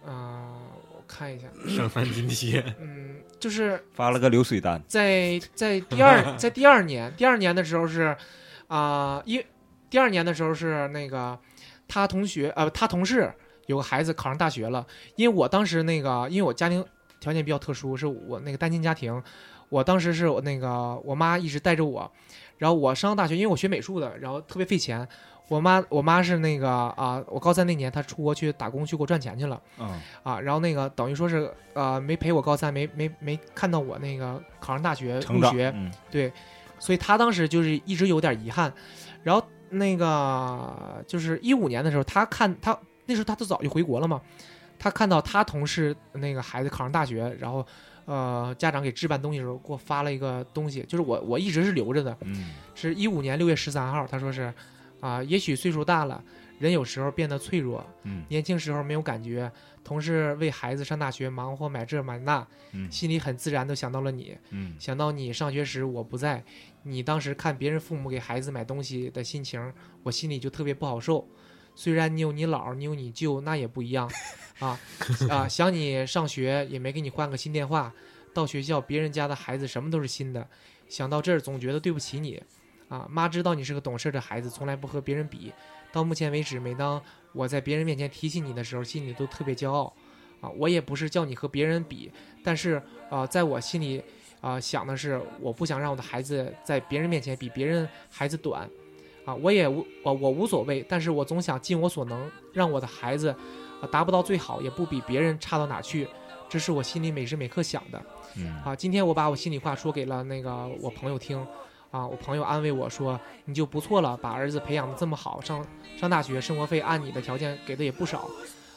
啊，我看一下，
上三津贴，
嗯，就是
发了个流水单，
在在第二在第二年，第二年的时候是，啊、一第二年的时候是那个他同学呃他同事有个孩子考上大学了，因为我当时那个因为我家庭条件比较特殊，是我那个单亲家庭，我当时是我那个我妈一直带着我，然后我上大学，因为我学美术的，然后特别费钱。我妈，我妈是那个啊、我高三那年她出国去打工去给我赚钱去了，
嗯，
啊，然后那个等于说是呃没陪我高三，没没没看到我那个考上大学
成
入
长，
学，
嗯
对，所以他当时就是一直有点遗憾。然后那个就是一五年的时候，他看他那时候他都早就回国了嘛，他看到他同事那个孩子考上大学，然后呃家长给置办东西的时候给我发了一个东西，就是我我一直是留着的，
嗯，
是一五年六月十三号，他说是啊、也许岁数大了，人有时候变得脆弱，
嗯
年轻时候没有感觉，同事为孩子上大学忙活买这买那，
嗯
心里很自然的想到了你，
嗯
想到你上学时我不在，你当时看别人父母给孩子买东西的心情，我心里就特别不好受。虽然你有你姥，你有你舅，那也不一样，啊啊！想你上学也没给你换个新电话，到学校别人家的孩子什么都是新的，想到这儿总觉得对不起你，啊！妈知道你是个懂事的孩子，从来不和别人比。到目前为止，每当我在别人面前提起你的时候，心里都特别骄傲，啊！我也不是叫你和别人比，但是啊、在我心里啊、想的是，我不想让我的孩子在别人面前比别人孩子短，啊，我也无我我无所谓，但是我总想尽我所能让我的孩子，啊，达不到最好，也不比别人差到哪去，这是我心里每时每刻想的。
嗯
啊，今天我把我心里话说给了那个我朋友听，啊，我朋友安慰我说，你就不错了，把儿子培养的这么好，上上大学，生活费按你的条件给的也不少，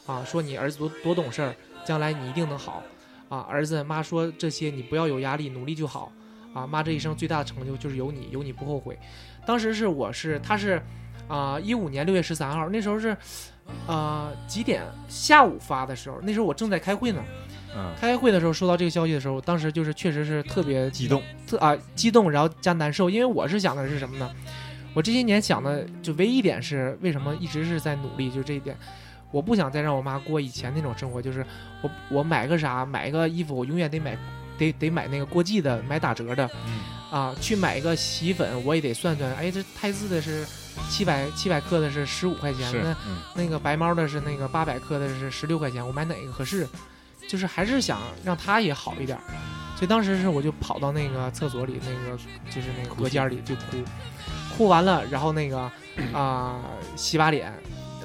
啊，说你儿子多多懂事儿，将来你一定能好，啊，儿子，妈说这些你不要有压力，努力就好，啊，妈这一生最大的成就就是有你，有你不后悔。当时是我是他是，啊，一五年六月十三号，那时候是，呃，几点？下午发的时候，那时候我正在开会呢。
嗯，
开会的时候收到这个消息的时候，当时就是确实是特别
激动，
特啊激动，然后加难受，因为我是想的是什么呢？我这些年想的就唯一一点是，为什么一直是在努力，就这一点，我不想再让我妈过以前那种生活，就是我我买个啥，买个衣服，我永远得买，得得买那个过季的，买打折的，
嗯
啊，去买一个洗衣粉，我也得算算，哎，这汰渍的是七百七百克的是十五块钱，
是
那
嗯
那个白猫的是那个八百克的是十六块钱，我买哪个合适？就是还是想让它也好一点儿，所以当时是我就跑到那个厕所里，那个就是那个隔间里就哭，哭完了，然后那个啊、洗把脸，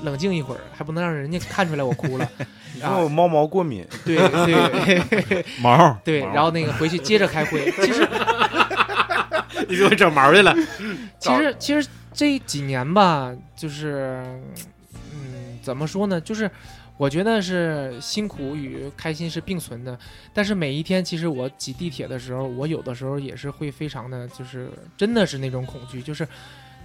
冷静一会儿，还不能让人家看出来我哭了
因为
啊
我，猫毛过敏，
对对
毛
对，
毛
然后那个回去接着开会，其实
你给我整毛去了，
其实其实这几年吧，就是嗯，怎么说呢？就是我觉得是辛苦与开心是并存的。但是每一天，其实我挤地铁的时候，我有的时候也是会非常的，就是真的是那种恐惧，就是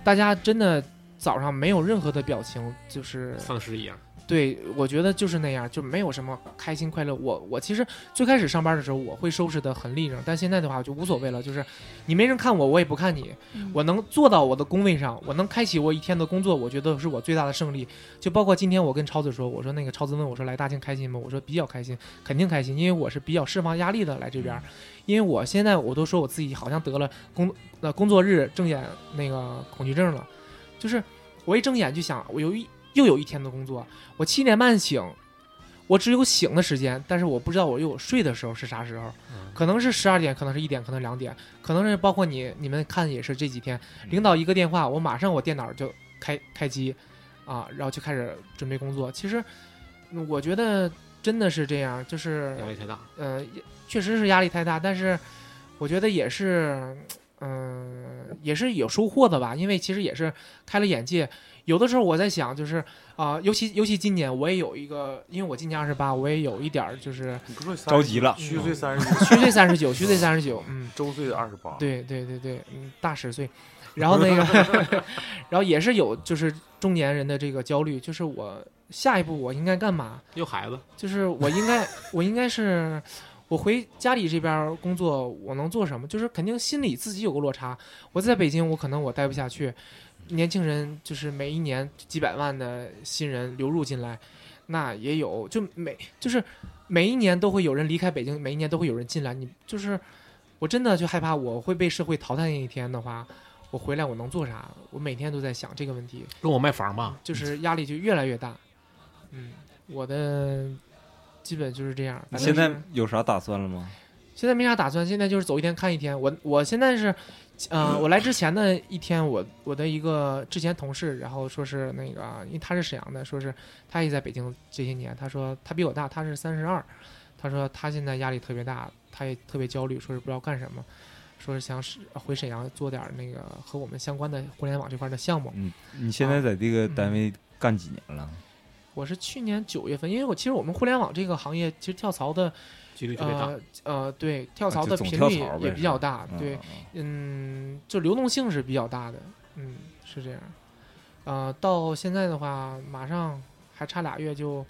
大家真的早上没有任何的表情，就是
丧尸一样。
对，我觉得就是那样，就没有什么开心快乐。我我其实最开始上班的时候，我会收拾的很利整，但现在的话我就无所谓了，就是你没人看我，我也不看你，
嗯
我能坐到我的工位上，我能开启我一天的工作，我觉得是我最大的胜利。就包括今天我跟超子说，我说那个超子问我说来大庆开心吗？我说比较开心，肯定开心，因为我是比较释放压力的来这边儿，因为我现在我都说我自己好像得了工呃工作日睁眼那个恐惧症了，就是我一睁眼就想我有一又有一天的工作。我七点半醒，我只有醒的时间，但是我不知道我又有睡的时候是啥时候，可能是十二点，可能是一点，可能两点，可能是包括你你们看也是这几天，领导一个电话，我马上我电脑就开开机，啊，然后就开始准备工作。其实嗯我觉得真的是这样，就是
压力太大，
呃，也确实是压力太大，但是我觉得也是，嗯、也是有收获的吧，因为其实也是开了眼界。有的时候我在想，就是啊、尤其尤其今年我也有一个，因为我今年二十八，我也有一点儿就是
你不说三
着急了，
虚岁三十九，
虚岁三十九，虚岁三十九，嗯，
周岁二十八，，
对对对对，嗯，大十岁。然后那个，然后也是有就是中年人的这个焦虑，就是我下一步我应该干嘛？
有孩子，
就是我应该，我应该是，我回家里这边儿工作，我能做什么？就是肯定心里自己有个落差。我在北京，我可能我待不下去。年轻人就是每一年几百万的新人流入进来，那也有，就每就是每一年都会有人离开北京，每一年都会有人进来。你就是我真的就害怕我会被社会淘汰那一天的话，我回来我能做啥？我每天都在想这个问题。
跟我卖房吧。
就是压力就越来越大。嗯，我的基本就是这样。
你
反正
现在
是
有啥打算了吗？
现在没啥打算，现在就是走一天看一天。我我现在是，呃，我来之前的一天，我我的一个之前同事，然后说是那个，啊因为他是沈阳的，说是他也在北京这些年，他说他比我大，他是三十二，他说他现在压力特别大，他也特别焦虑，说是不知道干什么。说是想是回沈阳做点儿那个和我们相关的互联网这块儿的项目。
嗯，你现在在这个单位干几年了？
我是去年九月份，因为我其实我们互联网这个行业其实跳槽的
几率特别大。
呃呃对跳
跳
槽的频率也比较大，对，，
嗯嗯
嗯，就流动性是比较大的，嗯，是这样。呃，到现在的话，马上还差俩月就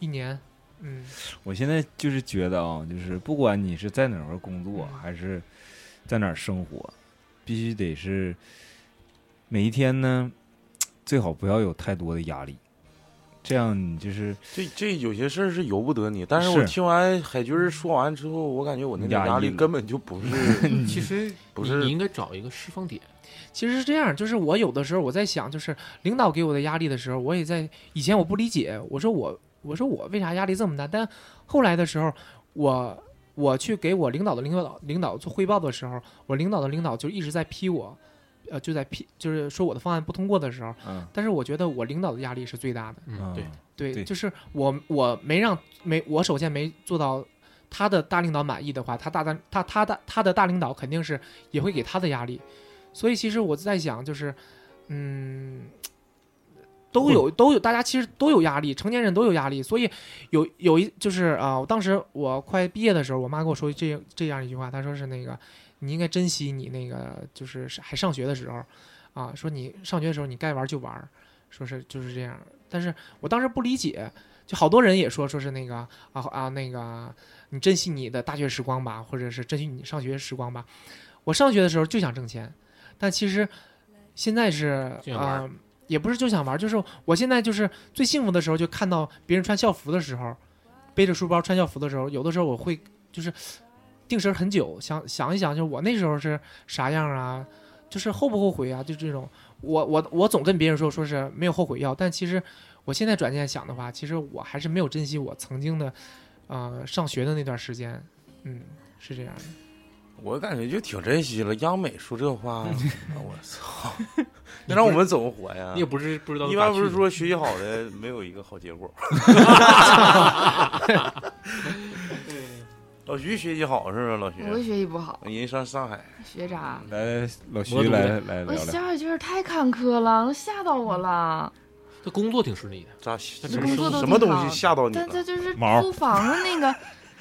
一年，嗯，
我现在就是觉得啊，就是不管你是在哪块工作，
嗯
还是在哪儿生活，必须得是每一天呢，最好不要有太多的压力，这样你就是
这这有些事儿是由不得你，但是
是
我听完海军儿说完之后，我感觉我那个
压抑
压力
了
根本就不 是
其实
嗯不
你
是
你应该找一个释放点，
其实是这样，就是我有的时候我在想，就是领导给我的压力的时候，我也在以前我不理解，我说我我说我为啥压力这么大？但后来的时候，我我去给我领导的领导领导做汇报的时候，我领导的领导就一直在批我，呃，就在批，就是说我的方案不通过的时候，
嗯
但是我觉得我领导的压力是最大的。
嗯，
啊
对，
对，
对
就是我我没让没我首先没做到他的大领导满意的话，他大大他他的他的大领导肯定是也会给他的压力，所以其实我在想就是，嗯。都有都有，大家其实都有压力，成年人都有压力，所以有有一就是啊、我当时我快毕业的时候，我妈跟我说这这样一句话，她说是那个你应该珍惜你那个就是还上学的时候，啊，说你上学的时候你该玩就玩，说是就是这样，但是我当时不理解，就好多人也说说是那个啊啊那个，你珍惜你的大学时光吧，或者是珍惜你上学时光吧。我上学的时候就想挣钱，但其实现在是
就想玩
啊、也不是就想玩，就是我现在就是最幸福的时候，就看到别人穿校服的时候，背着书包穿校服的时候，有的时候我会就是定神很久，想想一想，就是我那时候是啥样啊，就是后不后悔啊，就这种。我我我总跟别人说说是没有后悔药，但其实我现在转念想的话，其实我还是没有珍惜我曾经的，呃，上学的那段时间，嗯，是这样的。
我感觉就挺珍惜了。央美说这 话，我操，那让我们怎么活呀
你？也不是不知道
一
咋
般不
去
是说学习好的没有一个好结果。 老徐学习好是吧？老
我
徐，
学习不好，
人上上海，
学渣。
来老徐
我懂
来来
我
聊聊，
小海军太坎坷了，都吓到我了。
他工作挺顺利的，
咋
这
什
工作都
什么
挺
东
好
西吓
嗯
到你
但他
了？
就是
毛
租房的那个，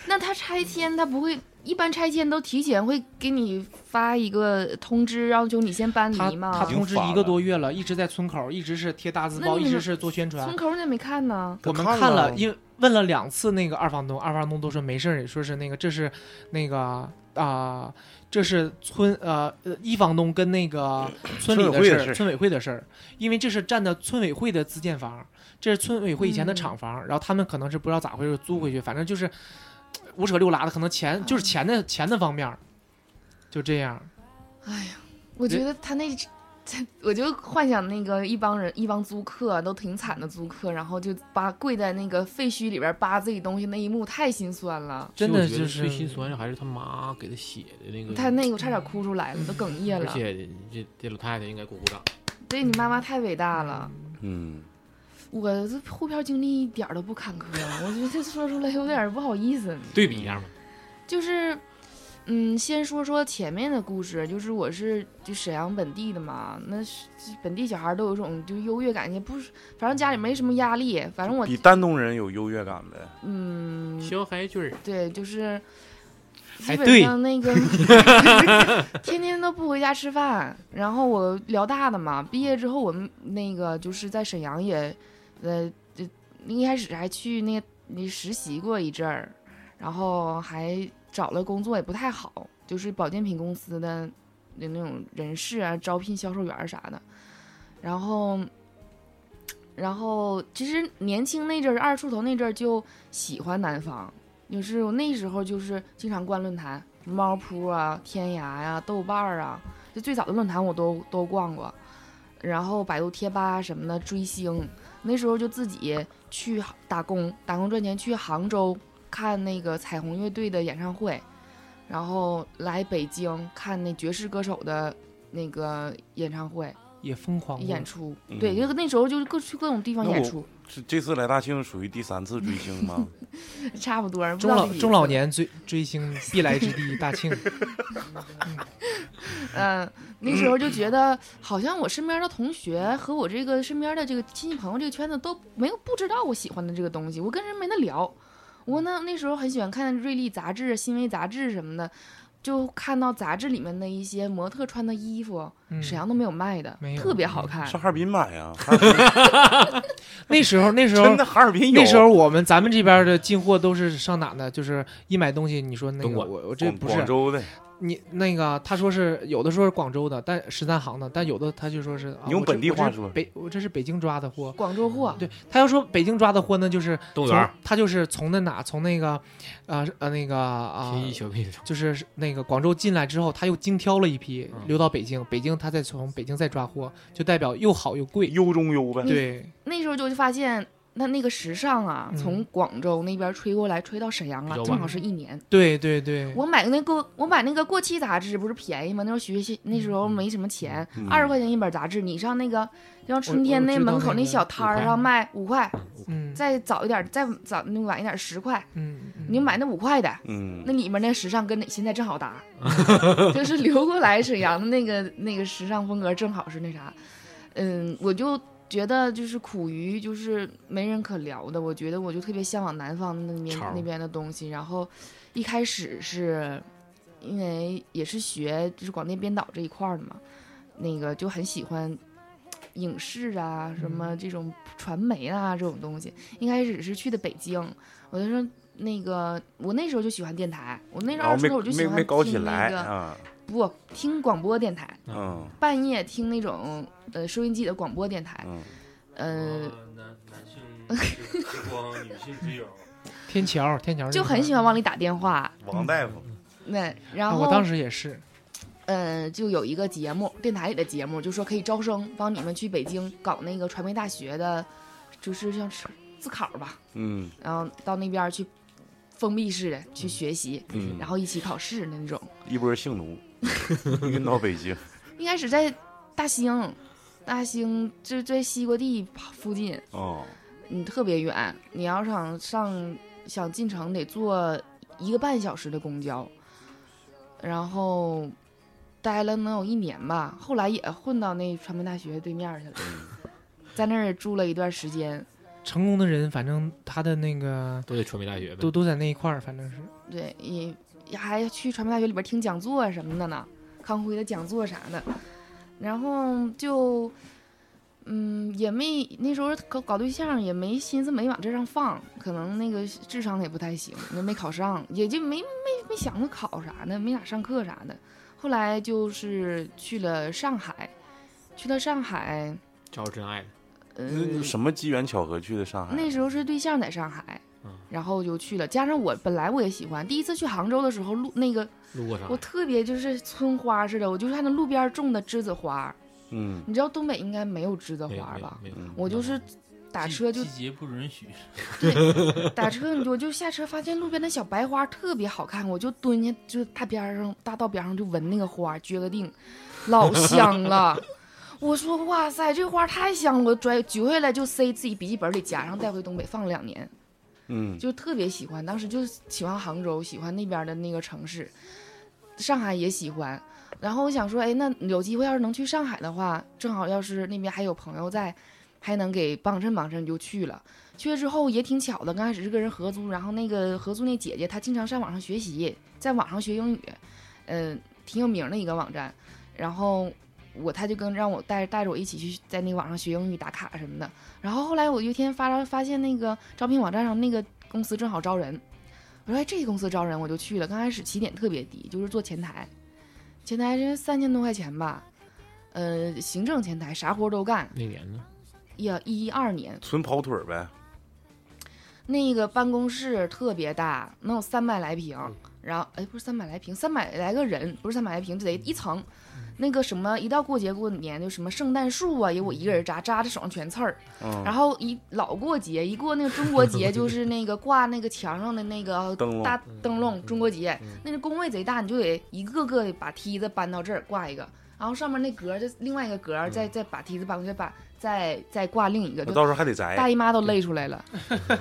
那他拆迁他不会，一般拆迁都提前会给你发一个通知，要求你先搬
他
离
他
嘛。
通知
已经发
一个
了
多月了，一直在村口，一直是贴大字
那
报，
你
一直
们
是做宣传
村。口你也没看呢，
我们
他
看
看
了，
了
因为问了两次那个二房东，二房东都说没事儿，也说是那个这是那个啊、这是村呃呃一房东跟 那个村里
村委
的
会
事
的
儿，
事儿
村委会的事儿，因为这是占的村委会的自建房，这是村委会以前的
嗯
厂房，然后他们可能是不知道咋回事租回去，反正就是呃五扯六拉的，可能钱就是钱的钱的方面儿，就这样。
我觉得他那。 我就幻想那个一帮人，一帮租客都挺惨的租客，然后就扒跪在那个废墟里边扒自己东西那一幕太心酸了，
真
其实我
的
觉
就
得
是
最心酸的还是他妈给他写的那个，
他那个我差点哭出来了，都哽咽
嗯而
了。
且这这老太太应该鼓鼓掌，
对你妈妈太伟大了，
嗯，
我这沪漂经历一点儿都不坎坷，我觉得说出来有点儿不好意思。
对比一下嘛。
就是，嗯，先说说前面的故事，就是我是就沈阳本地的嘛，那是本地小孩都有一种就优越感，也不是，反正家里没什么压力，反正我
比丹东人有优越感呗。
嗯，
小海军儿，
对，就是基
哎
本
对
上 那个 天天都不回家吃饭。然后我辽大的嘛，毕业之后我们那个就是在沈阳也，呃，就一开始还去那个那实习过一阵儿，然后还找了工作也不太好，就是保健品公司的那那种人事啊，招聘销售员儿啥的，然后。然后其实年轻那阵儿，二十出头那阵儿就喜欢南方，就是我那时候就是经常逛论坛，猫扑啊、天涯呀、豆瓣儿啊，就最早的论坛我都都逛过，然后百度贴吧什么的追星，那时候就自己去打工，打工赚钱去杭州看那个彩虹乐队的演唱会，然后来北京看那爵士歌手的那个演唱会，
也疯狂过
演出，对，
嗯
就那时候就是各去各种地方
那
演
我
出，
这这次来大庆属于第三次追星吗？
差不多。不知
中
道
老
第几
中老
次
年追追星必来之地大庆，
嗯，那时候就觉得好像我身边的同学和我这个身边的这个亲戚朋友这个圈子都没有不知道我喜欢的这个东西，我跟人没得聊。我呢那时候很喜欢看《瑞丽》杂志、《新闻》杂志什么的，就看到杂志里面的一些模特穿的衣服，
嗯，
沈阳都没有卖的
没，有嗯
特别好看。
上哈尔滨买 呀、
那时候那时候
真的哈尔滨有。
那时候我们咱们这边的进货都是上哪呢？就是一买东西，你说那
东
个
莞
我我这
广
不是
广州的，
你那个他说是有的说是广州的，但十三行的，但有的他就说是、啊、
你用
我这
本地话
我这
说
北我这是北京抓的货。
广州货，
对他要说北京抓的货呢，就是
动物园
从
儿
他就是从那哪从那个，呃呃那个啊、
天一小品种，
就是那个广州进来之后，他又精挑了一批
嗯
留到北京，北京他再从北京再抓货，就代表又好又贵。
优中优呗。
对，
那时候就发现。那那个时尚啊，
嗯
从广州那边吹过来，吹到沈阳啊
比较，晚
正好是一年。
对对对，
我买那个我买那个过期杂志不是便宜吗？那时候学习那时候没什么钱
嗯，
二十、块钱一本杂志，你上那个就像春天
我我
那
知道
门口
那个
小摊儿
5
上卖五块，
嗯
再早一点再早那晚一点十块，
嗯，嗯
你就买那五块的。
嗯
那，里面那时尚跟那现在正好搭， 就是流过来沈阳的那个那个时尚风格正好是那啥，嗯，我就觉得就是苦于就是没人可聊的，我觉得我就特别向往南方那边
潮儿
那边的东西。然后一开始是因为也是学就是广电编导这一块儿的嘛，那个就很喜欢影视啊什
嗯
么这种传媒啊这种东西。一开始是去的北京，我就说。那个，我那时候就喜欢电台，我那时
然
候
后
二十
哦没
出头我就喜
没
欢
没搞起
听那
来
个
啊，
不听广播电台，
嗯
半夜听那种呃收音机的广播电台，
嗯，
呃，
男男哦性 之光，女性之友。
天桥天桥
就很喜欢往里打电话。
王大夫，哦
那
那块儿。
然
啊
后，
我当时也是，
呃，就有一个节目，电台里的节目，就说可以招生，帮你们去北京搞那个传媒大学的，就是像是自考吧，
嗯
然后到那边去封闭式的去学习，
嗯，
然后一起考试的那种。
一波性 奴运到北京，
一开始在大兴，大兴就在西瓜地附近，
哦，
你特别远，你要想上想进城得坐一个半小时的公交，然后待了能有一年吧，后来也混到那传媒大学对面去了，
嗯
在那儿住了一段时间。
成功的人，反正他的那个
都得传媒大学呗
都。都在那一块儿，反正是
对，也也还去传媒大学里边听讲座啊什么的呢，康辉的讲座啥的，然后就，嗯，也没那时候搞搞对象也没心思没往这上放，可能那个智商也不太行，也没考上，也就没没没想着考啥的，没咋上课啥的。后来就是去了上海，去了上海，
找真爱的，
呃，
那什么机缘巧合去的上海？
那时候是对象在上海
嗯，
然后就去了。加上我本来我也喜欢，第一次去杭州的时候，路那个
路过上
我特别就是村花似的，我就看那路边种的栀子花，
嗯，
你知道东北应该没有栀子
没有
花
没有
吧？
没有，
嗯
我就是打车就
季节不允许。
打车，你就我就下车发现路边那小白花特别好看，我就蹲下就大边上大道边上就闻那个花，撅个腚，老香了。 我说哇塞，这花太香了！我拽举回来就塞自己笔记本里夹上，带回东北放了两年，
嗯，
就特别喜欢。当时就喜欢杭州，喜欢那边的那个城市，上海也喜欢。然后我想说，哎，那有机会要是能去上海的话，正好要是那边还有朋友在，还能给帮衬帮衬，就去了。去了之后也挺巧的，刚开始是跟人合租，然后那个合租那姐姐她经常上网上学习，在网上学英语，嗯、挺有名的一个网站。然后我她就跟让我带带着我一起去在那个网上学英语打卡什么的。然后后来我有一天发发现那个招聘网站上那个公司正好招人，我说哎，这个公司招人我就去了。刚开始起点特别低，就是做前台，前台是三千多块钱吧，呃，行政前台啥活都干，
那年呢，
也一二年。
纯跑腿儿呗，
那个办公室特别大，能有三百来平，然后哎，不是三百来平，三百来个人，不是三百来平，就得一层。那个什么，一到过节过年就什么圣诞树啊，也我一个人扎，扎的手上全刺儿。
嗯，
然后一老过节，一过那个中国节，就是那个挂那个墙上的那 个
灯笼
大灯笼，中国结
嗯，
那个工位贼大，你就得一个个的把梯子搬到这儿挂一个，然后上面那格儿，就另外一个格儿，
嗯
再再把梯子绑，再把再再挂另一个，
那
就
到时候还得摘
大。姨妈都累出 来了。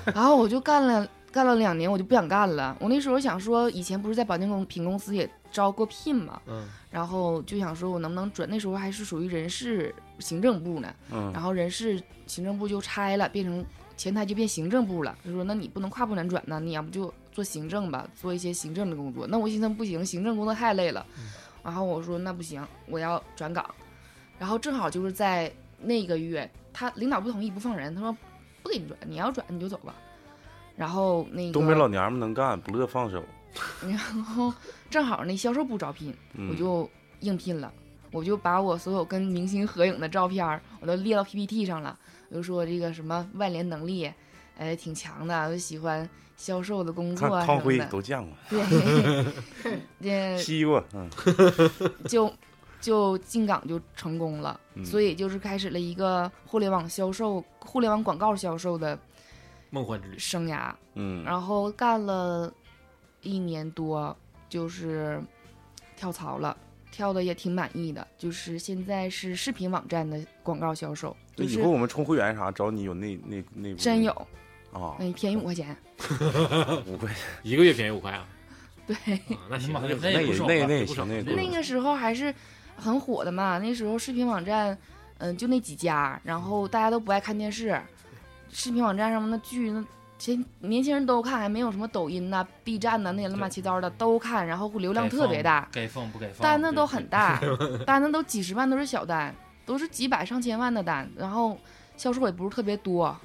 然后我就干了干了两年，我就不想干了。我那时候想说，以前不是在保健公品公司也招过聘嘛，
嗯，
然后就想说我能不能转，那时候还是属于人事行政部呢，
嗯
然后人事行政部就拆了，变成前台就变行政部了。他说那你不能跨部门转呢，你要不就做行政吧，做一些行政的工作。那我心想不行，行政工作太累了。
嗯
然后我说那不行，我要转岗。然后正好就是在那个月，他领导不同意不放人，他说不给你转，你要转你就走吧。然后那个
东 北老娘们能干，不乐放手。
然后正好那销售部招聘，
嗯
我就应聘了，我就把我所有跟明星合影的照片儿我都列到 PPT 上了，我就说这个什么外联能力，呃，挺强的，我就喜欢销售的工作
看
啊
康
什么
辉
的。呃
都见过，
对， 这
西瓜，嗯，
就就进岗就成功了，
嗯
所以就是开始了一个互联网销售、互联网广告销售的
梦幻之旅，
生涯。
嗯，
然后干了一年多，就是跳槽了，跳的也挺满意的，就是现在是视频网站的广告销售，
那
就
以
是
后我们充会员啥找你有那那那
真有，
啊，
嗯，便宜五块钱，嗯
五块
一个月便宜五块 啊，
对，
啊那行，
那也
就那
那
不
也
少
那也
了
那也
不少
行那也
了
够
那个时候还是很火的嘛，那时候视频网站，嗯，就那几家，然后大家都不爱看电视，视频网站上面的剧那。前年轻人都看，还没有什么抖音呐、B 站呐、那些乱七八糟的都看，然后流量特别大，
该放不该放，
单子都
对
很大，单子都几十万，都是小单，都是几百上千万的单，然后销售也不是特别多，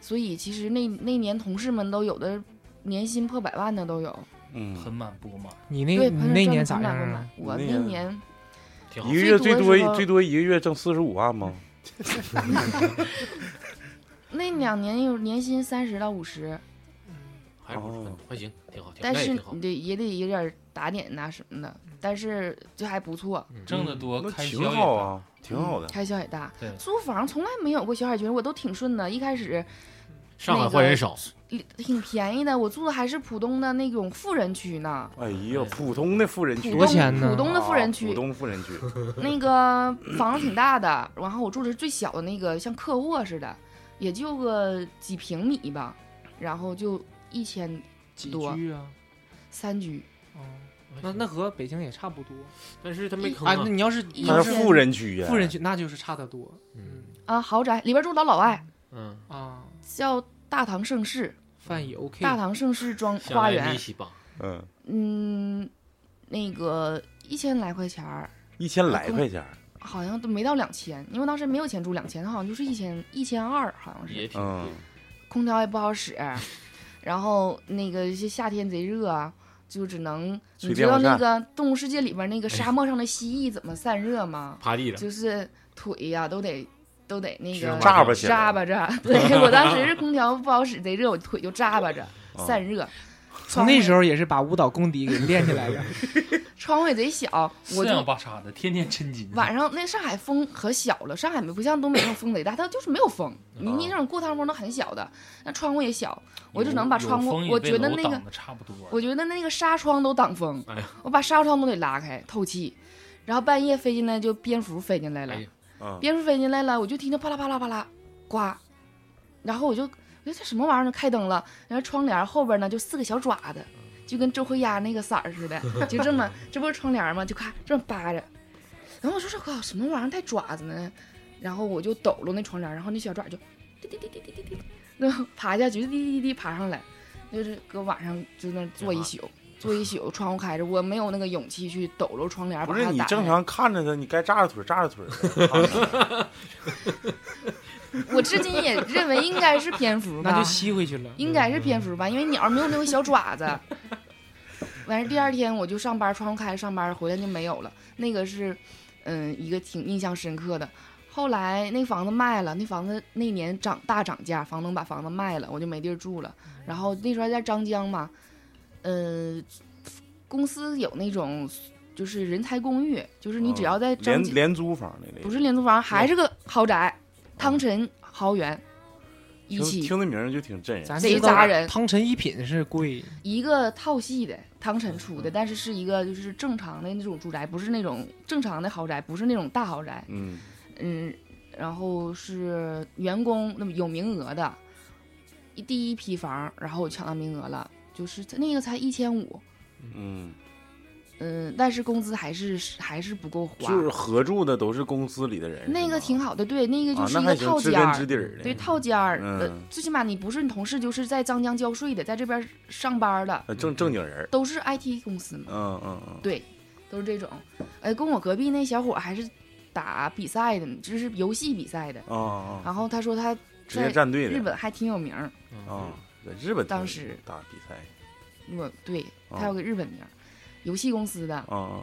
所以其实那那年同事们都有的年薪破百万的都有。
嗯，
盆满钵满。
你那
对，
你那
朋友赚
年
得
咋
盆满
样啊
钵满？我
那
那
年
年
挺好
一个月
最
最
多嗯
多
的时候
最多一个月挣四十五万吗？
那两年有年薪三十到五十，
还是不是
哦
很还行，挺好，挺
但
那也
是
挺好
你，得也得有点打点呐、什么的，但是就还不错，
嗯
挣得多，
那
开销
挺
也
好
大。
啊，挺好的
嗯。开销也大
对。
租房从来没有过小海军，我都挺顺的，一开始。
上海
那
坏
个
人少，
挺便宜的，我住的还是浦东的那种富人区呢，
哎呀，普通的富人
浦
区，
多
东
少钱呢
浦东的富人
啊
区
浦，
哦
东富 人区，
那个房子挺大的，然后我住的是最小的那个，像客卧似的，也就个几平米吧，然后就一千
几
多
居啊？
三居，
哦，那那和北京也差不多
但是他没
一
坑
啊。那
啊，
你要是
一
你
他
要
是
是
富人区呀，
富人区，那就是差得多。
嗯
啊，豪宅里边住老老外，
嗯，
啊，
叫大唐盛世，
饭也 OK。
大唐盛世庄
像
花
密
园，
西吧，
嗯，
嗯，那个一千来块钱儿，
一千来块钱儿，
好像都没到两千，因为当时没有钱住两千，好像就是一千一千二，好像是。
也挺
嗯
贵，，
空调也不好使，然后那个是夏天贼热啊，就只能
吹
你知
电
道
风
那
扇
个《动物世界》里边那
哎
个沙漠上的蜥蜴怎么散热吗？
趴地上，
就是腿呀、都得都得那
是
个
吗
炸巴起来，
扎巴着。 对我当时是空调不好使，贼热，我腿就扎巴着
嗯
散热。
从
窗户
那
也
时候也是把舞蹈功底给练起来的。
窗户也贼小，我
四仰
就
八叉的，天天抻筋。
晚上那上海风可小了，上海没不像东北那种风贼大，它就是没有风，
哦
你你那种过堂风都很小的，那窗户也小，我就
有
能把
有
窗户
风，也
我
被
觉得
楼
那个
挡得差不多了。
我觉得那个纱窗都挡风，
哎呀
我把纱窗都得拉开透气。然后半夜飞进来就蝙蝠飞进来了，
哎呀
嗯，
蝙蝠飞进来了，我就听着啪啦啪啦啪啦，呱，然后我就我说这什么玩意儿呢？开灯了，然后窗帘后边呢就四个小爪子，就跟周黑鸭那个色儿 似的，就这么这不是窗帘吗？就咔这么扒着，然后我说这靠什么玩意儿带爪子呢？然后我就抖搂那窗帘，然后那小爪就滴滴滴滴滴滴滴，那爬下去，滴滴滴滴爬上来，就是搁晚上就那坐一
嗯
宿，坐一宿，窗户开着，我没有那个勇气去抖搂窗帘，
不
把
是
它
你
打
正
开
常看着他，你该扎着腿扎着腿 的，
我至今也认为应该是蝙蝠吧，
那就吸回去了。
应该是蝙蝠吧，因为鸟没有那个小爪子。完事第二天我就上班，窗户开着上班，回来就没有了。那个是，嗯，一个挺印象深刻的。后来那房子卖了，那房子那年涨大涨价，房东把房子卖了，我就没地儿住了。然后那时候还在张江嘛，嗯、公司有那种就是人才公寓，就是你只要在张
连
江、
连租房的那
不
个，
是廉租房，还是个豪宅，汤臣豪园，一起
听那名儿就挺震人。
咱
贼
知道
扎人
汤臣一品是贵，
一个套系的汤臣出的，但是是一个就是正常的那种住宅，不是那种正常的豪宅，不是那种大豪宅，
嗯，
嗯，然后是员工那么有名额的，一第一批房，然后我抢到名额了，就是那个才一千五，
嗯，
嗯，但是工资还是还是不够花，
就是合住的都是公司里的人。
那个挺
好，
好的，对，那个就
啊，
是
那
一
还
个
行，
套
知
间
根
儿，
知底儿的。
对，套间儿，呃
嗯，
最起码你不是你同事，就是在张江交税的，在这边上班的，
呃正正经人儿。
都是 IT 公司嘛，
嗯嗯嗯，
对，都是这种。哎，跟我隔壁那小伙还是打比赛的，就是游戏比赛的。
啊啊，
然后他说他
职业
在
战队的。
日本还挺有名儿，
嗯哦
啊，在日本
当
挺
时
打比赛
我对
哦
他有个日本名儿，游戏公司的，
啊啊，啊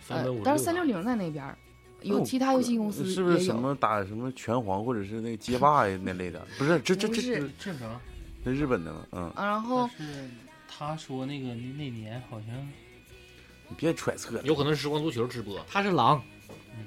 三
呃
本五，
但是三六零在那边儿，有
哦
其他游戏公司
是不是
也
什
有
么打什么拳皇或者是那个街霸呀那类的？不是，这这
不
这
是
这
正
啊
常。
这日本的吗？嗯，
啊然后
但是他说那个那那年好像，
你别揣测了。
有可能是时光足球直播，
他是狼，
嗯，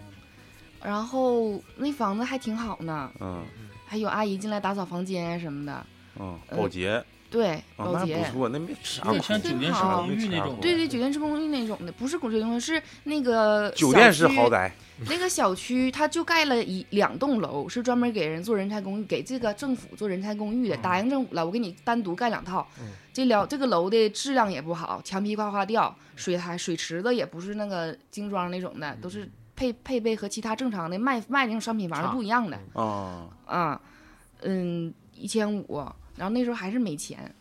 然后那房子还挺好呢，
嗯
还有阿姨进来打扫房间什么的，
嗯，
呃
保洁
对，
啊，
保
那
洁。
不错，那没啥
有点像酒店式公
没
寓那
查
种
过，
对对，酒店式公寓那种的，不是古镇是那个
酒店式
小区
豪。宅。
那个小区它就盖了一两栋楼，是专门给人做人才公寓，给这个政府做人才公寓
嗯
的。打赢政府了，我给你单独盖两套。这两这个楼的质量也不好，墙皮哗哗掉，水还水池子也不是那个精装那种的，都
嗯
是配配备和其他正常的卖卖那种商品房是
差
不一样的。
啊，
啊，嗯，一千五，然后那时候还是没钱，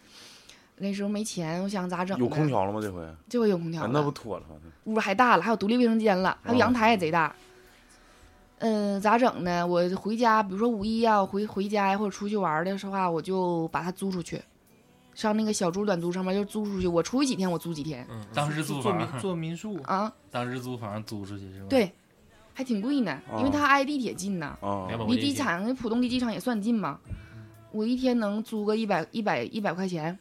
那时候没钱，我想咋整？
有空，调了吗？这回啊
这回有空调了，
那不妥了吗？
屋还大了，还有独立卫生间了，还有
哦
阳台也贼大。嗯，咋整呢？我回家，比如说五一啊，我回回家呀，或者出去玩儿的时候啊，我就把它租出去，上那个小猪短租上面就租出去。我出去几天，我租几天
嗯，
当时租
做民
房，
做民宿，
啊，
当时租房租出去是吧？
对还挺贵呢，因为它挨地铁近呢，
啊
哦
两百块
离
钱一
机
天，
场、浦东离机场也算近嘛。
嗯
我一天能租个一百、一百、一百块钱，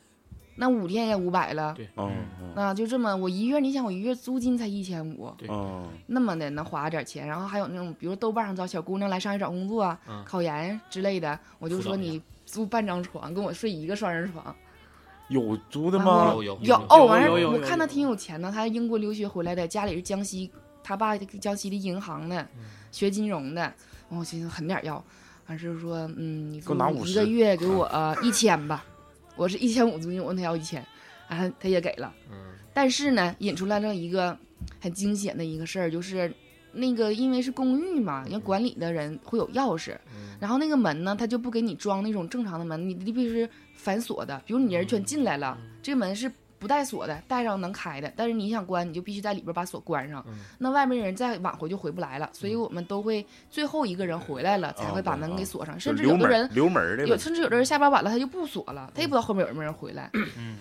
那五天也五百了
对，
啊
嗯
那就这么，我一月，你想我一月租金才一千五，
对
啊
那么的能花点钱，然后还有那种，比如豆瓣上找小姑娘来上海找工作啊、
嗯
考研之类的，我就
辅导
说
一下
你租半张床，跟我睡一个双人床。
有租的
然
吗？
后
有有
有
有
哦，
有
完事
有
儿
有
我
有
看他挺有钱的，他英国留学回来的，家里是江西，他爸江西的银行的，
嗯
学金融的。然后我寻思狠点儿要，完事儿说，嗯，你
给我拿
租一
50
个月给我一千吧，我是一千五租金，我问他要一千，啊，他也给了。
嗯，
但是呢，引出来了一个很惊险的一个事儿，就是那个因为是公寓嘛，人家管理的人会有钥匙，
嗯
然后那个门呢，他就不给你装那种正常的门，你必须是反锁的。比如你人全进来了，这个门是不带锁的，带上能开的，但是你想关，你就必须在里边把锁关上。
嗯
那外面人再晚回就回不来了，所以我们都会最后一个人回来了才会把门给锁上，甚至
留
有
门
的
儿
人
留门儿的呗
有，甚至有的人下班晚了，他就不锁了，他也不知道后面有没有人回来。
嗯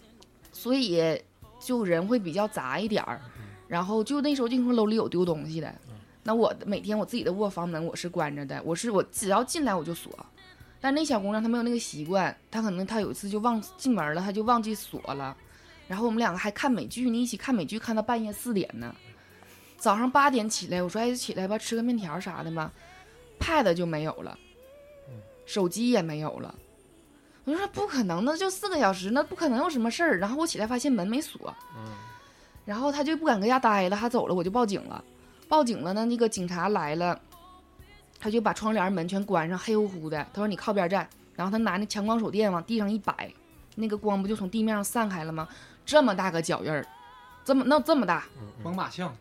所以就人会比较杂一点儿。然后就那时候就听说楼里有丢东西的，那我的每天我自己的卧房门我是关着的，我是我只要进来我就锁。但那小姑娘她没有那个习惯，她可能她有一次就忘进门了，她就忘记锁了。然后我们两个还看美剧，你一起看美剧看到半夜四点呢。早上八点起来，我说哎起来吧，吃个面条啥的嘛，pad 就没有了，手机也没有了。我就说不可能，那就四个小时，那不可能有什么事儿。然后我起来发现门没锁，
嗯，
然后他就不敢搁家待了，他走了，我就报警了。报警了呢，那个警察来了，他就把窗帘门全关上，黑乎乎的。他说你靠边站，然后他拿那强光手电往地上一摆，那个光不就从地面上散开了吗？这么大个脚印儿，这么那这么大，
嗯
猛犸象，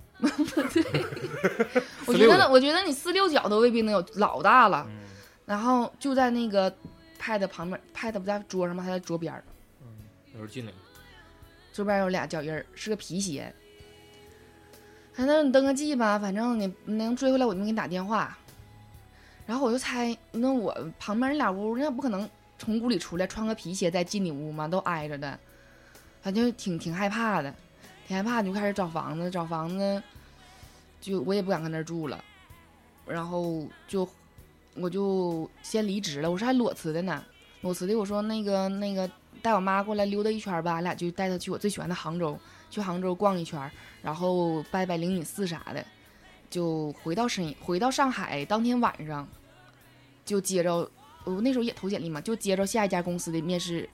我觉得我觉得你四六角都未必能有，老大了。
嗯
然后就在那个 pad 旁边，pad 不在桌上吗？他在桌边儿。
有人进来了，
桌边有俩脚印儿，是个皮鞋。哎，那你登个记吧，反正你能追回来，我就给你打电话。然后我就猜，那我旁边那俩屋，那不可能从屋里出来穿个皮鞋再进你屋嘛，都挨着的，反正挺挺害怕的，挺害怕，就开始找房子，找房子，就我也不敢跟那儿住了，然后就我就先离职了，我是还裸辞的呢，裸辞的，我说那个那个带我妈过来溜达一圈儿吧，俺俩就带她去我最喜欢的杭州，去杭州逛一圈儿，然后拜拜灵隐寺啥的，就回到沈回到上海。当天晚上就接着我那时候也投简历嘛，就接着下一家公司的面试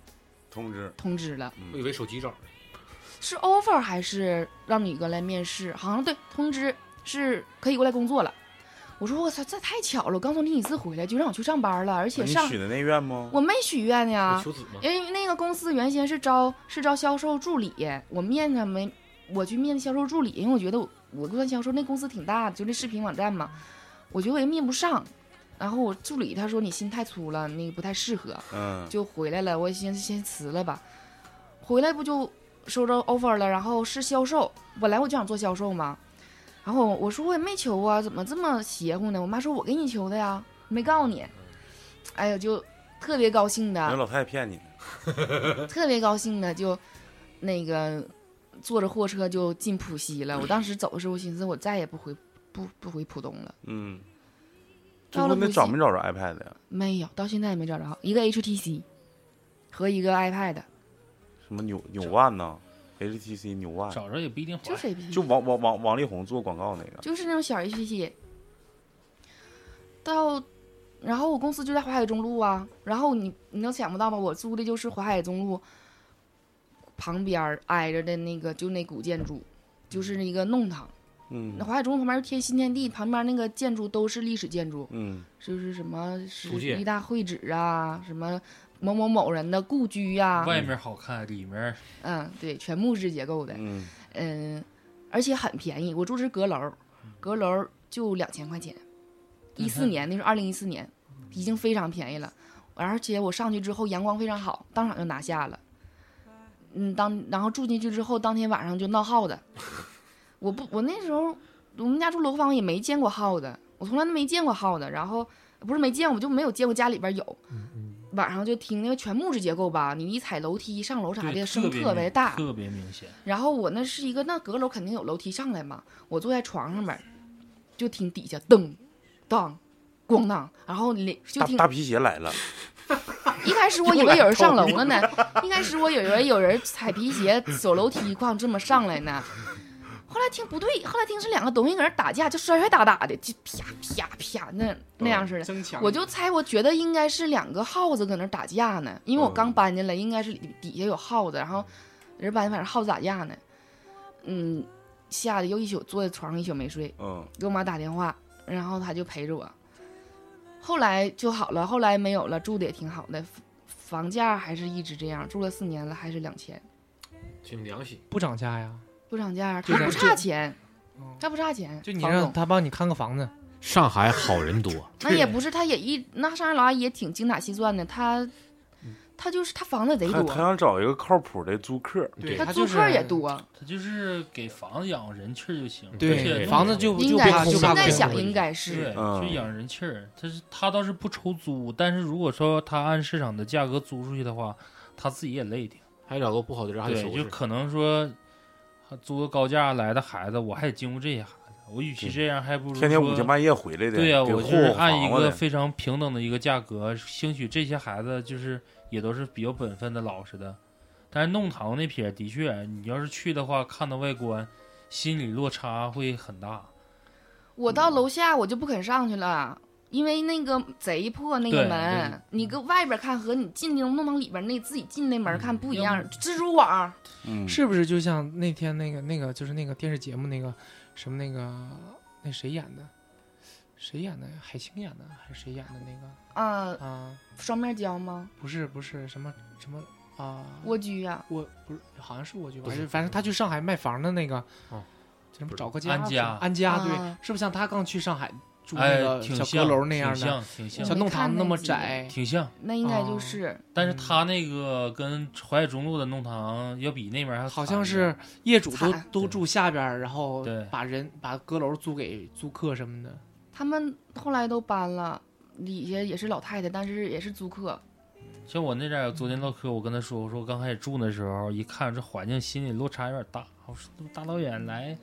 通知
通知了，
嗯
我以为手机找的，
是 offer 还是让米哥来面试？好像对，通知是可以过来工作了。我说我操，这太巧了！我刚从灵隐寺回来，就让我去上班了，而且
你
上
许的那愿吗？
我没许愿呀，
求子吗？
因为那个公司原先是招是招销售助理，我面他没，我去面的销售助理，因为我觉得我我做销售那公司挺大的，就那视频网站嘛，我觉得我也面不上。然后我助理他说你心太粗了，那个不太适合，
嗯，
就回来了。我寻思先辞了吧，回来不就收着 offer 了，然后是销售，本来我就想做销售嘛。然后我说我也没求啊，怎么这么邪乎呢？我妈说我给你求的呀，没告诉你。哎呀，就特别高兴的，
那老太太骗你，
特别高兴的就那个坐着货车就进浦西了。我当时走的时候，我寻思我再也不回不不回浦东了，
嗯，最
到了
后那
不
找
信
没找着 iPad 呀？
没有，到现在也没找着一个 HTC 和一个 iPad，
什么纽纽万呐，HTC 纽
啊
万，
找着也不一定
就
怀。
是 APP，
就王王王王力宏做广告那个，
就是那种小 HTC。到，然后我公司就在淮海中路啊，然后你你能想不到吗？我租的就是淮海中路旁边儿挨着的那个，就那古建筑，就是一个弄堂。
嗯
那淮海中路旁边就天新天地，旁边那个建筑都是历史建筑，
嗯
就是什么十
图鉴
一大会址啊，什么某某某人的故居呀、
外面好看，里面
嗯，对，全木质结构的，
嗯，
嗯，而且很便宜。我住的是阁楼，阁楼就两千块钱，一四年那是二零一四年，已经非常便宜了。而且我上去之后阳光非常好，当场就拿下了。嗯，当然后住进去之后，当天晚上就闹耗子。我不，我那时候我们家住楼房也没见过耗子，我从来都没见过耗子。然后不是没见过，我就没有见过家里边有。
嗯
晚上就听那个全木质结构吧，你一踩楼梯上楼啥
对
的声
别
特别
明
大，
特别明显。
然后我那是一个那阁楼，肯定有楼梯上来嘛。我坐在床上面儿，就听底下噔，当，咣当，然后连就
大
听
大皮鞋来了，
一开始我以为有人上楼了呢，一开始我以为有人踩皮鞋走楼梯哐这么上来呢，后来听不对，后来听是两个东西搁那打架，就摔摔打打的，就啪啪啪那那样似的。
争抢
我就猜，我觉得应该是两个耗子搁那打架呢，因为我
嗯
刚搬进来，应该是里底下有耗子，然后人搬，反正耗子打架呢，嗯，吓得又一宿坐在床上一宿没睡，
嗯，
给我妈打电话，然后她就陪着我。后来就好了，后来没有了，住的也挺好的，房房价还是一直这样，住了四年了，还是两千，
挺良心，
不涨价呀？
不涨价，
就
他不
是
差钱，
哦
他不差钱，
就你
嗯房
让
总
他帮你看个房子，
上海好人多，
那也不是，他也一那上海老阿姨也挺精打细算的，她
嗯
她就是她房子贼
他
多，
他想找一个靠谱的租客，
对
他
他
租
就
客儿
是
也多，
他就是给房子养人气儿就行，
对
而且
房子就
应
就
该
怕
是
就
现
怕
在
被
想
忽悠
应该
对，
是，
嗯
就养人气儿。他是他倒是不抽租，但是如果说他按市场的价格租出去的话，他自己也累挺。
还找个不好的人还得收
对，就
拾。嗯
可能说他租个高价来的孩子，我还得经过这些孩子，我与其这样，还不如
天天
说
五更半夜回来的，
对呀、啊
给
我
霍
就
霍
是按一
房子
个
的，
非常平等的一个价格，兴许这些孩子就是也都是比较本分的、老实的。但是弄堂那撇儿的确，你要是去的话，看到外观，心理落差会很大。
我到楼下我就不肯上去了。因为那个贼破那个
对
门，你搁外边看和你进那种弄堂里边那自己进那门
嗯
看不一样
要不，
蜘蛛网
嗯，
是不是就像那天那个那个就是那个电视节目那个什么那个那谁演的？谁演的？海清演的还是谁演的那
啊，
个啊？
双面胶吗？
不是不是什么什么啊？
蜗居呀，
我不是好像是我觉得，
不
还
是
是反正他去上海卖房的那个
哦，
什么
不是
找个家
安
是
家
吧安家对
啊，
是不是像他刚去上海住那
哎，
个
挺
小
像
阁楼那样
挺
的
像，挺
我
小
像，
没
弄堂
看
那
那
么
集
窄？
挺像。
那应该就
哦
是
但是他那个跟淮海中路的弄堂要比那边儿还
啊
好
惨
像
一
是
点
业主都
惨
都住下边儿，然后
对
把人把阁楼租给租客什么的。
他们后来都搬了，底下也是老太太，但是也是租客，
像我那阵儿昨天唠嗑，我跟他说，我说我刚开始住的时候，一看这环境，心里落差有点大。我说这么大老远来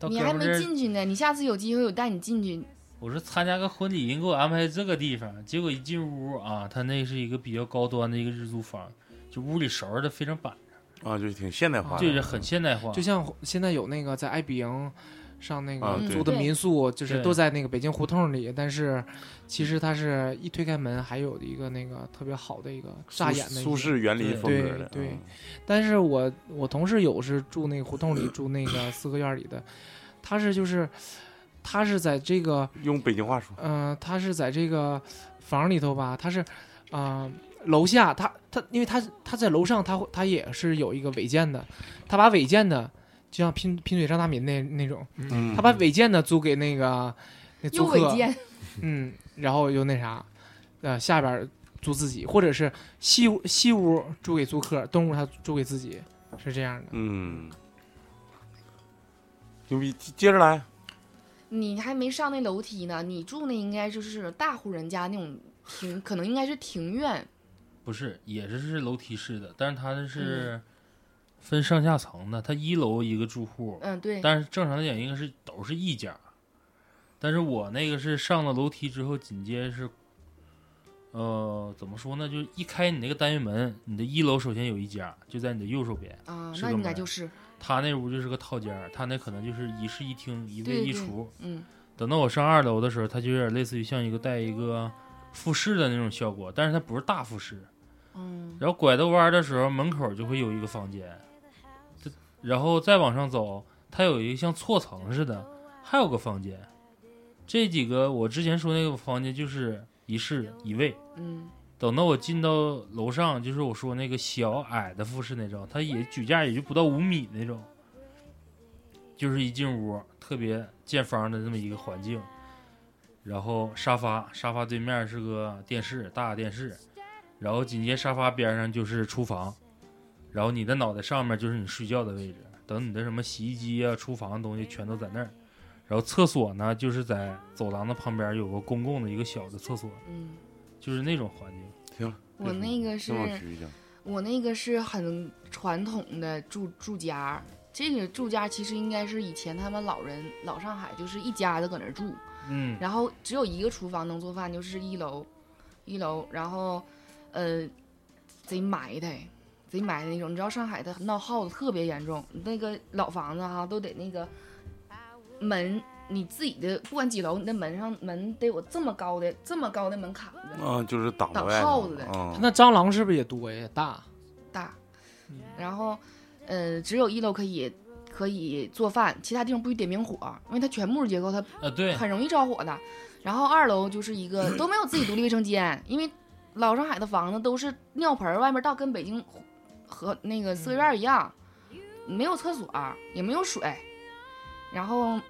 到
你
哥
还
们儿这
没
儿
进去呢，你下次有机会我带你进去。
我说参加个婚礼，人给我安排这个地方，结果一进屋啊，他那是一个比较高端的一个日租房，就屋里收拾的非常板
啊，就是挺现代化
正，就
的，
是很现代化。
就像现在有那个在爱彼迎，上那
啊
个
对
租的
嗯对
民宿，就是
对
都在那个北京胡同里，但是其实它是一推开门，还有一个那个特别好的一个
苏
乍眼的一
苏
个
式园林风
对
格的，
对
嗯
但是我我同事有是住那个胡同里，住那个四合院里的，他是就是他是在这个
用北京话说，
呃，他是在这个房里头吧，他是啊、呃楼下他他因为他他在楼上他会他也是有一个违建的，他把违建的就像拼拼嘴张大民那那种，
嗯
他把违建的租给那个那
又
租
违
客，
建，
嗯，然后又那啥，呃下边儿租自己，或者是西屋西屋租给租客，东屋他租给自己，是这样的。
嗯，牛逼，接接着来，
你还没上那楼梯呢。你住那应该就是大户人家那种庭，可能应该是庭院。
不是，也是是楼梯式的，但是它是
嗯
分上下层的，它一楼一个住户，
嗯，对，
但是正常来讲应该是都是一家，但是我那个是上了楼梯之后，紧接着是，呃，怎么说呢？就是一开你那个单元门，你的一楼首先有一家，就在你的右手边，
啊，
是
那
个
应该
门
就是，
他那屋就是个套间儿，他那可能就是一室一厅一卫
对对
一厨。
嗯，
等到我上二楼的时候，它就有点类似于像一个带一个复式的那种效果，但是它不是大复式。
嗯，
然后拐到弯儿的时候，门口就会有一个房间，这然后再往上走，它有一个像错层似的，还有个房间。这几个我之前说那个房间就是一室一卫。
嗯，
等到我进到楼上，就是我说那个小矮的复式那种，它也举架也就不到五米那种，就是一进屋特别见方的这么一个环境。然后沙发，沙发对面是个电视，大电视，然后紧接沙发边上就是厨房，然后你的脑袋上面就是你睡觉的位置，等你的什么洗衣机啊、厨房的东西全都在那儿。然后厕所呢，就是在走廊的旁边有个公共的一个小的厕所，
嗯，
就是那种环境。
我那个是
再往区去，
我那个是很传统的住住家儿，这个住家其实应该是以前他们老人老上海就是一家子搁那儿住，
嗯，
然后只有一个厨房能做饭，就是一楼，一楼，然后，呃，贼埋汰，贼埋汰那种。你知道上海的闹耗子特别严重，那个老房子哈、都得那个门，你自己的不管几楼，你的门上门得有这么高的这么高的门槛子，
啊
嗯，就是挡
挡
外
耗
头
子的
嗯
那蟑螂是不是也多呀？也大？
大
嗯，
然后，呃，只有一楼可以可以做饭，其他地方不许点明火，因为它全木质结构，它
啊， 对，
很容易着火的。然后二楼就是一个都没有自己独立卫生间，因为老上海的房子都是尿盆儿外面倒，跟北京和那个四合院儿一样，没有厕所儿，也没有水。然后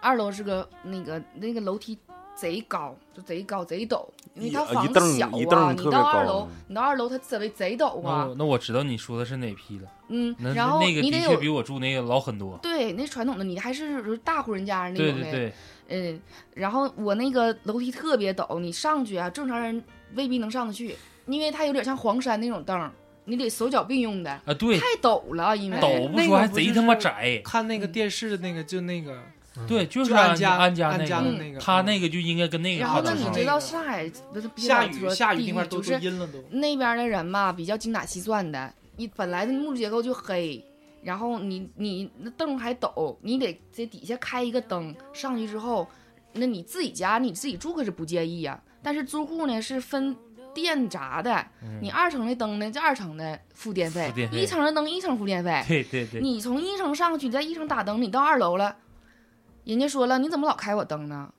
二楼是个那个那个楼梯贼高，就贼高贼陡，因为
一
它
啊
房
一
子
蹬
小
一
啊，
蹬
你
特
到
别
二
高
楼，你到二楼它紫微贼陡
那
啊
我，那我知道你说的是哪批了，
嗯，
哦那
然后
那个
你
的
得
确
有
比我住那个老很多。
对那传统的，你还是大户人家那种
对
的，
对对，
嗯，然后我那个楼梯特别陡，你上去啊，正常人未必能上得去，因为它有点像黄山那种凳儿，你得手脚并用的，
啊对，
太陡了，因为
抖不
那
说
个
还
不
贼
就
他妈
是
窄。
看那个电视那个就那个，
对，就是
就
安
家
安
安
家那
家
个
的
嗯
那个，
他那
个
个就应该跟那个
然
差
后
不
那
多
你
少。
知道上海不是别
下
老
雨
说
下雨
地
那
域
块儿都
就
都
是
阴了都。
那边的人吧，比较精打细算的，你本来的木质结构就黑，然后你你那凳还陡，你得在底下开一个灯，上去之后，那你自己家你自己住可是不介意呀、啊但是租户呢是分电闸的，你二层的灯呢就二层的付电费，
嗯付电费
一层的灯一层付电费。
对对对，
你从一层上去，你在一层打灯，你到二楼了，人家说了，你怎么老开我灯呢？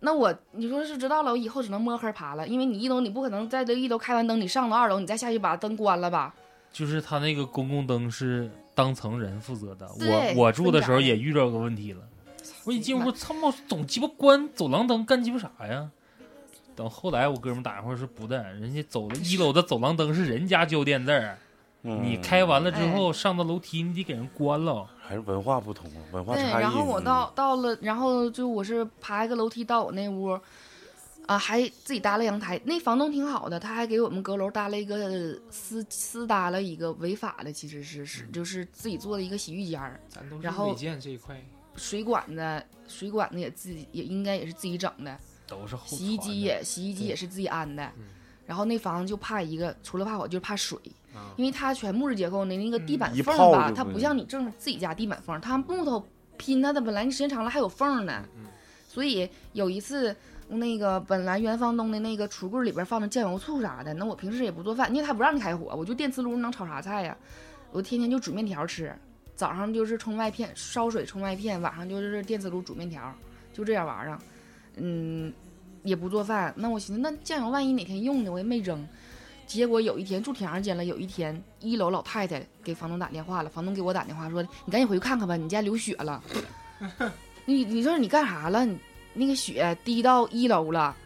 那我你说是知道了，我以后只能摸黑爬了，因为你一楼你不可能在这一楼开完灯，你上到二楼，你再下去把灯关了吧？
就是他那个公共灯是当层人负责的。我
对
我住的时候
分家
也遇到个问题了，我一进屋，他妈总鸡巴关走廊灯干鸡巴啥呀？等后来我哥们打电话说不的，人家走了一楼的走廊灯是人家交电字儿，
嗯
你
嗯
开完了之后上到楼梯你得给人关了。
还是文化不同啊，文化
对，
差异。
然后我
嗯
到到了，然后就我是爬一个楼梯到我那屋，啊，还自己搭了阳台。那房东挺好的，他还给我们阁楼搭了一个私私搭了一个违法的，其实是是就是自己做的一个洗浴间儿。
咱都是
然后
违建这一块，
水管子，水管子也自己也应该也是自己整的，
都是后
洗衣
传的
机也洗衣机也是自己安的。然后那房子就怕一个，除了怕火就是怕水，
啊
因为它全木质结构的那个地板
嗯一
缝
泡
吧，
就
它
不
不
行
像你正自己家地板缝，它木头拼它的，本来你时间长了还有缝呢。
嗯
所以有一次，嗯那个本来原房东的那个橱柜里边放着酱油醋啥的，那我平时也不做饭，因为他不让你开火，我就电磁炉能炒啥菜呀？我天天就煮面条吃，早上就是冲麦片，烧水冲麦片，晚上就是电磁炉煮面条，就这点玩意儿。啊嗯，也不做饭。那我寻思，那酱油万一哪天用呢？我也没扔。结果有一天住挺长时间了，有一天一楼老太太给房东打电话了，房东给我打电话说：“你赶紧回去看看吧，你家流血了。你你说你干啥了？你那个血滴到一楼了，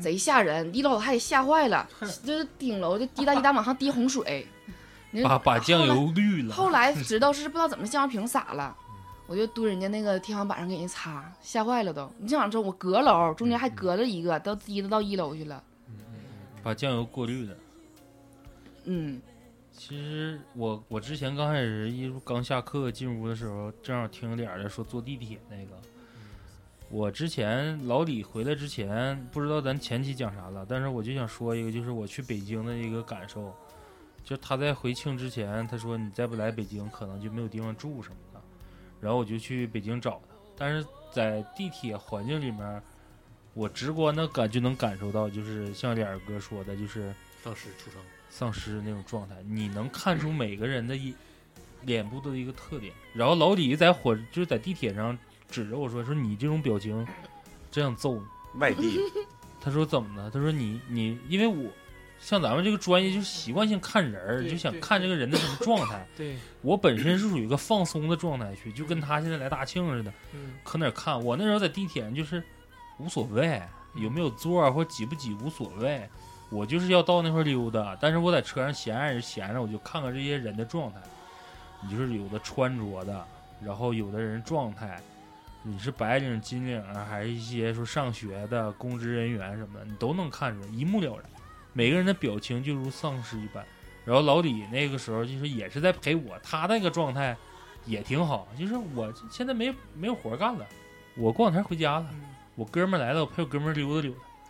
贼吓人！一楼老太太吓坏了，就是顶楼就滴答滴答往上滴洪水。你
把把酱
后来
油滤了，嗯
后来知道是不知道怎么酱油瓶洒了，我就蹲人家那个天花板上给人擦，吓坏了都。你想想，这我隔楼，中间还隔着一个，都滴到一楼去了。
把酱油过滤了。
嗯，
其实我我之前刚开始一入刚下课进屋的时候，正好听点儿的说坐地铁那个。我之前老李回来之前，不知道咱前期讲啥了，但是我就想说一个，就是我去北京的一个感受，就他在回庆之前，他说你再不来北京，可能就没有地方住什么的，然后我就去北京找他，但是在地铁环境里面，我直观的感就能感受到，就是像脸儿哥说的，就是
丧尸出生，
丧尸那种状态，你能看出每个人的一脸部的一个特点。然后老李在火就是在地铁上指着我说：“说你这种表情，真想揍你。
外地”
他说：“怎么了？”他说你：“你因为我像咱们这个专业就是习惯性看人儿，
对
就想
对
看这个人的什么状态。
对，
我本身是属于一个放松的状态去，就跟他现在来大庆似的，
嗯，
搁哪儿看。我那时候在地铁上就是无所谓，有没有座儿或挤不挤无所谓，我就是要到那块儿溜达。但是我在车上闲着也是闲着，我就看看这些人的状态。你就是有的穿着的，然后有的人状态，你是白领、金领啊，还是一些说上学的公职人员什么的，你都能看出来，一目了然。每个人的表情就如丧尸一般。然后老李那个时候就是也是在陪我，他那个状态也挺好，就是我现在没没有活干了，我过两天回家了，
嗯
我哥们儿来了，我陪我哥们儿溜达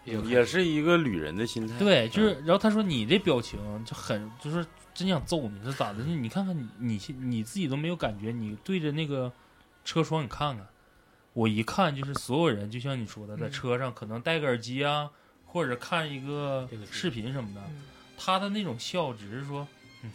溜达。
也是一个旅人的心
哎
态。嗯
对，
嗯
就是，然后他说你这表情就很，就是真想揍你，是咋的？你看看你你现你自己都没有感觉，你对着那个车窗你看看，我一看就是所有人，就像你说的，在
嗯
车上可能戴个耳机啊，或者看一个
电子屏
视频什么的，
嗯
他的那种笑只是说，嗯，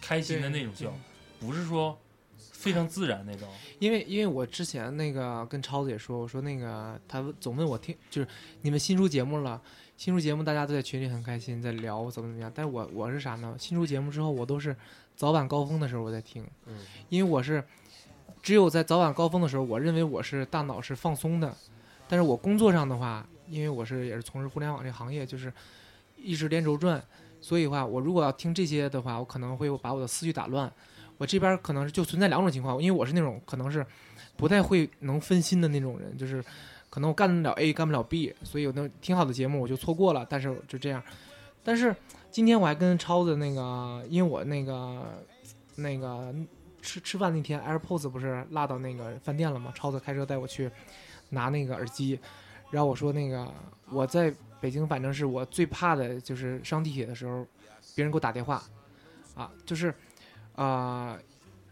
开心的那种笑，不是说非常自然那种。
因为因为我之前那个跟超子也说，我说那个他问总问我听，就是你们新出节目了，新出节目大家都在群里很开心，在聊怎么怎么样，但是我我是啥呢？新出节目之后，我都是早晚高峰的时候我在听，
嗯，
因为我是只有在早晚高峰的时候，我认为我是大脑是放松的，但是我工作上的话，因为我是也是从事互联网这行业，就是一直连轴转，所以的话，我如果要听这些的话，我可能会把我的思绪打乱。我这边可能是就存在两种情况，因为我是那种可能是不太会能分心的那种人，就是可能我干得了 A，干不了 B，所以有那挺好的节目我就错过了，但是就这样。但是今天我还跟超子那个，因为我那个那个吃吃饭那天，AirPods 不是落到那个饭店了吗？超子开车带我去拿那个耳机，然后我说那个我在北京，反正是我最怕的就是上地铁的时候，别人给我打电话，啊，就是啊、呃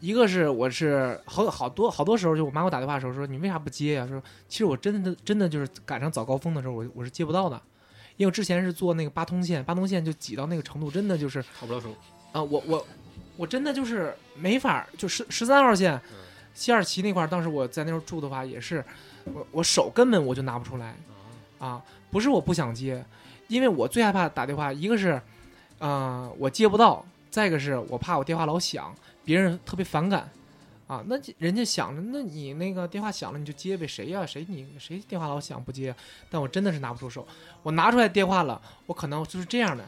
一个是我是好好多好多时候，就我妈给我打电话的时候说你为啥不接呀、说其实我真的真的就是赶上早高峰的时候，我我是接不到的。因为我之前是坐那个八通线，八通线就挤到那个程度，真的就是
套不了手，
啊，我我我真的就是没法儿，就十十三号线
嗯，
西二旗那块儿，当时我在那儿住的话，也是我我手根本我就拿不出来啊，不是我不想接，因为我最害怕打电话，一个是啊、呃我接不到，再一个是我怕我电话老响，别人特别反感。啊，那人家想着，那你那个电话响了你就接呗，谁呀、谁你谁电话老响不接？但我真的是拿不出手，我拿出来电话了，我可能就是这样的，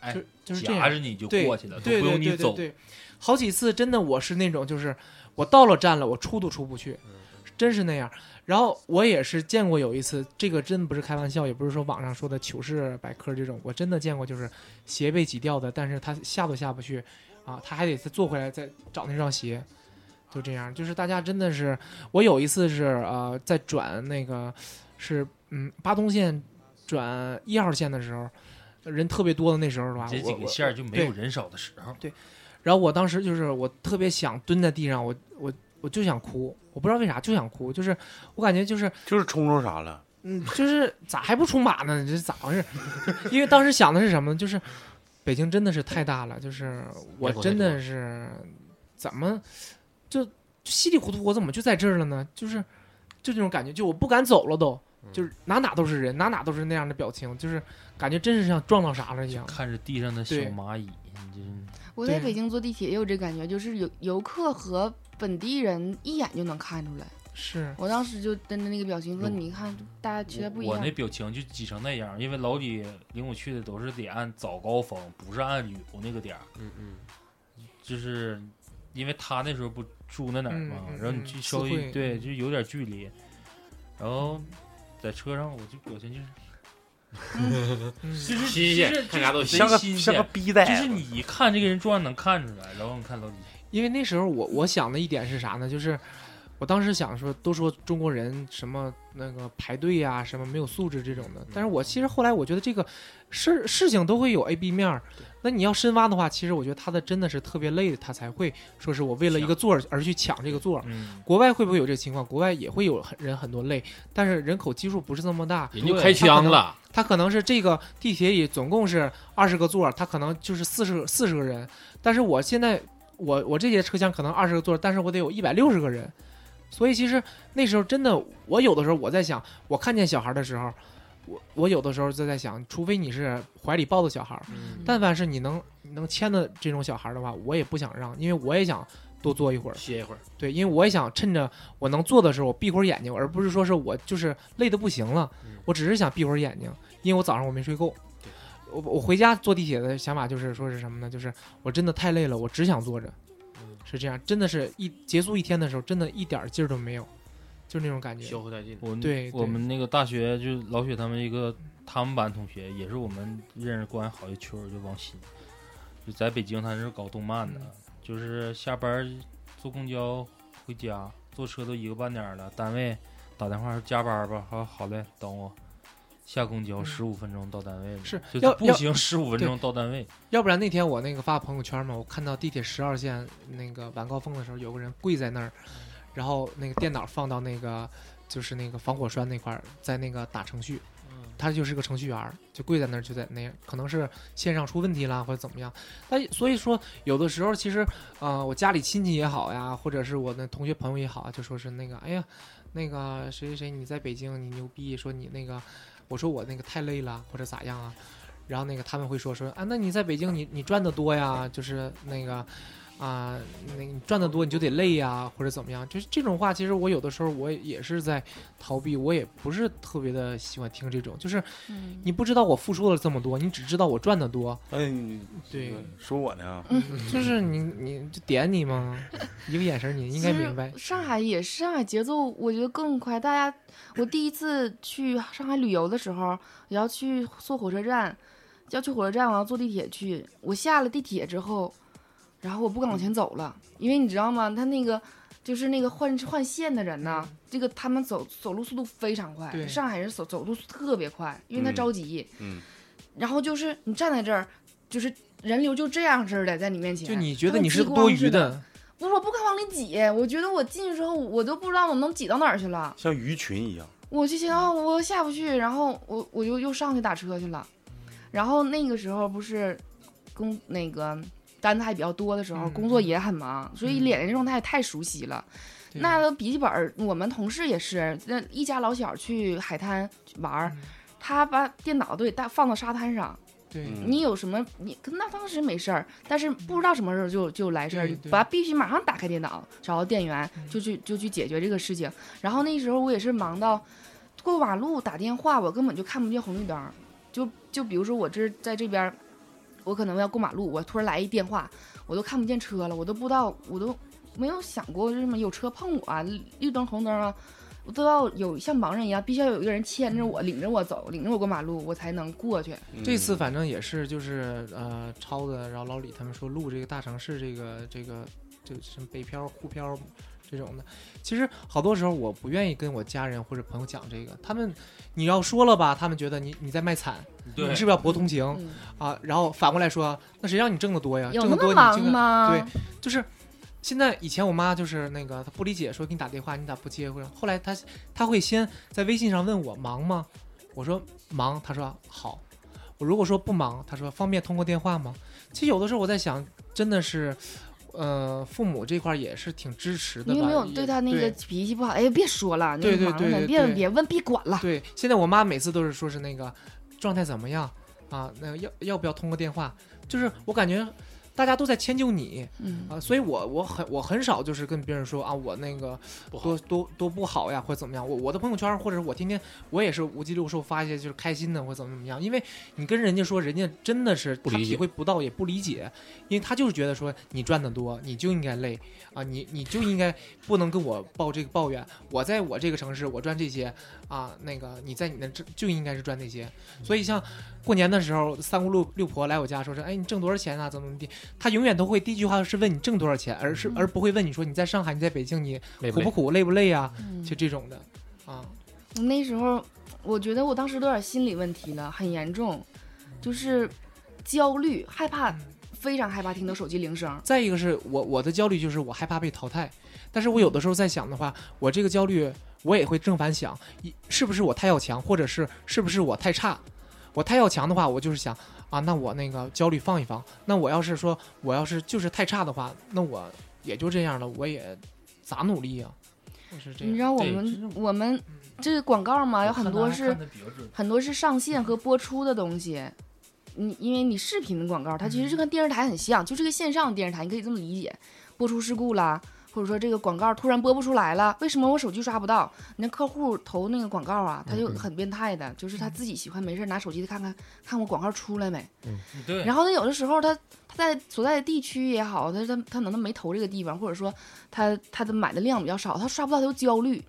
哎
就就是这样
夹着你就
对
过去了，都
对
不
对
用你
对对
走。
对，好几次真的我是那种就是我到了站了，我出都出不去，
嗯
真是那样。然后我也是见过有一次，这个真不是开玩笑，也不是说网上说的糗事百科这种，我真的见过就是鞋被挤掉的，但是他下都下不去啊，他还得再坐回来再找那双鞋。就这样，就是大家真的是，我有一次是呃，在转那个是嗯八通线转一号线的时候，人特别多的那时候的话，
这
我
几个
我
线儿就没有
对
人少的时候，
然后我当时就是我特别想蹲在地上，我我我就想哭，我不知道为啥就想哭，就是我感觉就是
就是冲冲啥了？
嗯，就是咋还不出马呢？这咋回事？ 因为当时想的是什么呢？就是北京真的是太大了，就是我
人口太
真的是怎么就就稀里糊涂，我怎么就在这儿了呢？就是就这种感觉，就我不敢走了都，
嗯
就是哪哪都是人，哪哪都是那样的表情，就是感觉真是像撞到啥了一样。
看着地上的小
对
蚂蚁，你就是
我在
对
北京坐地铁也有这感觉，就是游游客和本地人一眼就能看出来。
是，
我当时就跟着那个表情说：“你看，大家觉得不一
我那
样。
表情就挤成那样，因为老李领我去的都是得按早高峰，不是按旅游那个点儿，
嗯嗯，
就是因为他那时候不住那哪儿嘛，
嗯嗯
然后你
嗯
去
四
稍微
惠
对就有点距离，然后在车上我就表情就是
嗯，
就是
新鲜
就是
看啥都
就是
像
贼新鲜。
逼的
就是你一看这个人状态能看出来，然后你看老李，
因为那时候我我想的一点是啥呢？就是我当时想说，都说中国人什么那个排队呀、什么没有素质这种的，但是我其实后来我觉得这个事事情都会有 A B 面儿。那你要深挖的话，其实我觉得他的真的是特别累的，他才会说是我为了一个座儿而去抢这个座儿。
嗯，
国外会不会有这个情况？国外也会有很人很多累，但是人口基数不是这么大，
人就开枪了，
他可能是这个地铁里总共是二十个座儿，他可能就是四十四十个人，但是我现在我我这节车厢可能二十个座儿，但是我得有一百六十个人，所以其实那时候真的，我有的时候我在想，我看见小孩的时候，我我有的时候就在想，除非你是怀里抱的小孩儿，
嗯
但凡是你能你能牵的这种小孩儿的话，我也不想让，因为我也想多坐一
嗯
会儿，
歇一会儿，
对，因为我也想趁着我能坐的时候，我闭会儿眼睛，而不是说是我就是累的不行了
嗯，
我只是想闭会儿眼睛，因为我早上我没睡够
对。
我我回家坐地铁的想法就是说是什么呢？就是我真的太累了，我只想坐着，
嗯
是这样，真的是一结束一天的时候，真的一点儿劲儿都没有，就是那种感觉
消。耗殆尽。
我们
对
我
对
们那个大学就老雪他们一个他们班同学，也是我们认识关系好一群儿，就王鑫，就在北京，他是搞动漫的，
嗯
就是下班坐公交回家，坐车都一个半点儿了，单位打电话说加班吧，好好嘞，等我。下公交
嗯
十五分钟到单位了，
是
就
要
步
要
行十五分
对
钟到单位，
要不然那天我那个发朋友圈嘛，我看到地铁十二线那个晚高峰的时候，有个人跪在那儿，
嗯
然后那个电脑放到那个就是那个防火栓那块儿，在那个打程序，
嗯
他就是个程序员儿，就跪在那儿就在那样，可能是线上出问题啦或者怎么样。但所以说，有的时候其实，呃，我家里亲戚也好呀，或者是我的同学朋友也好啊，就说是那个，哎呀，那个谁谁谁你在北京你牛逼，说你那个，我说我那个太累了或者咋样啊，然后那个他们会说说啊，那你在北京你你赚的多呀，就是那个。啊，那个你赚的多你就得累呀，或者怎么样？就是这种话，其实我有的时候我也是在逃避，我也不是特别的喜欢听这种，就是”
嗯，
你不知道我付出了这么多，你只知道我赚的多，
嗯，
对，
说我呢，
嗯
就是你你就点你嘛，一个眼神你应该明白嗯
其，实上海也是，上海节奏我觉得更快。大家，我第一次去上海旅游的时候，也要去坐火车站，要去火车站，我要坐地铁去。我下了地铁之后，然后我不敢往前走了，因为你知道吗？他那个就是那个换换线的人呢，这个他们走走路速度非常快，
嗯对
上海人走走路特别快，因为他
嗯
着急。
嗯
然后就是你站在这儿，就是人流就这样似的在你面前，
就你觉得
跟
你是
激光
多
似
余的，
不，我不敢往里挤，我觉得我进去之后，我都不知道我能挤到哪儿去了。
像鱼群一样，
我就
嗯
寻思我下不去，然后我我就又上去打车去了。然后那个时候不是工那个单子还比较多的时候，
嗯
工作也很忙，所以
嗯
脸的状态太熟悉了。
对
那嗯个笔记本儿，我们同事也是，那一家老小去海滩玩儿，
嗯
他把电脑都给带放到沙滩上。
对
嗯
你有什么？你那当时没事儿，但是不知道什么时候就就来事儿
对，对
把必须马上打开电脑，找到店员，就去就去解决这个事情。然后那时候我也是忙到过马路打电话，我根本就看不见红绿灯儿。就就比如说我这在这边儿，我可能要过马路，我突然来一电话，我都看不见车了，我都不知道，我都没有想过什么有车碰我啊，绿绿灯红灯啊。我都要有像盲人一样，必须要有一个人牵着我，领着我走，领着我过马路，我才能过去。
嗯
这次反正也是就是呃超子，然后老李他们说录这个大城市这个这个这什么北漂、沪漂这种的，其实好多时候我不愿意跟我家人或者朋友讲这个，他们你要说了吧，他们觉得你你在卖惨，你
对
是不是要博同情
嗯，
啊？然后反过来说，那谁让你挣得多呀？
有
挣
那
得多你
么忙
这个
吗？
对就是现在以前我妈就是那个她不理解，说给你打电话你咋不接？或者后来她她会先在微信上问我忙吗？我说忙，她说好。我如果说不忙，她说方便通过电话吗？其实有的时候我在想，真的是，呃，父母这块儿也是挺支持的吧。
你有没有
也
对他那个
对
脾气不好？哎呀，别说了，你
对对
忙
对
了，
对
别
对
别问，别管了。
对，现在我妈每次都是说是那个状态怎么样啊？那个要要不要通个电话？就是我感觉大家都在迁就你
嗯，
啊，所以我我很我很少就是跟别人说啊，我那个
不好
多多多不好呀，或者怎么样。我我的朋友圈或者是我天天我也是无稽六兽发一些就是开心的或者怎么怎么样，因为你跟人家说，人家真的是
不
他
理
体
解
会不到也不理解，因为他就是觉得说你赚的多，你就应该累啊，你你就应该不能跟我抱这个抱怨。我在我这个城市我赚这些啊，那个你在你那这就应该是赚那些。所以像过年的时候，三姑六六婆来我家说是哎你挣多少钱啊，怎么怎么地，他永远都会第一句话是问你挣多少钱，而是
嗯
而不会问你说你在上海你在北京你
累不
苦
累？
不苦累不累啊，
嗯
就这种的啊，
那时候我觉得我当时都有点心理问题了，很严重，就是焦虑、害怕，非常害怕听到手机铃声。
再一个是我我的焦虑就是我害怕被淘汰，但是我有的时候在想的话，我这个焦虑我也会正反想，一是不是我太要强，或者是是不是我太差？我太要强的话，我就是想啊，那我那个焦虑放一放。那我要是说我要是就是太差的话，那我也就这样了，我也咋努力呀、啊嗯就是这
你知
样。
道我
对这
们我
嗯
们这个广告啊嘛，有很多是
看的比较准，
很多是上线和播出的东西。你因为你视频的广告，它其实就跟电视台很像，就是个线上的电视台，你可以这么理解。播出事故啦，或者说这个广告突然播不出来了，为什么我手机刷不到？那客户投那个广告啊，他就很变态的，就是他自己喜欢没事儿拿手机看看看我广告出来没。
对，
然后他有的时候他他在所在的地区也好，他他他可能没投这个地方，或者说他他的买的量比较少，他刷不到他就焦虑。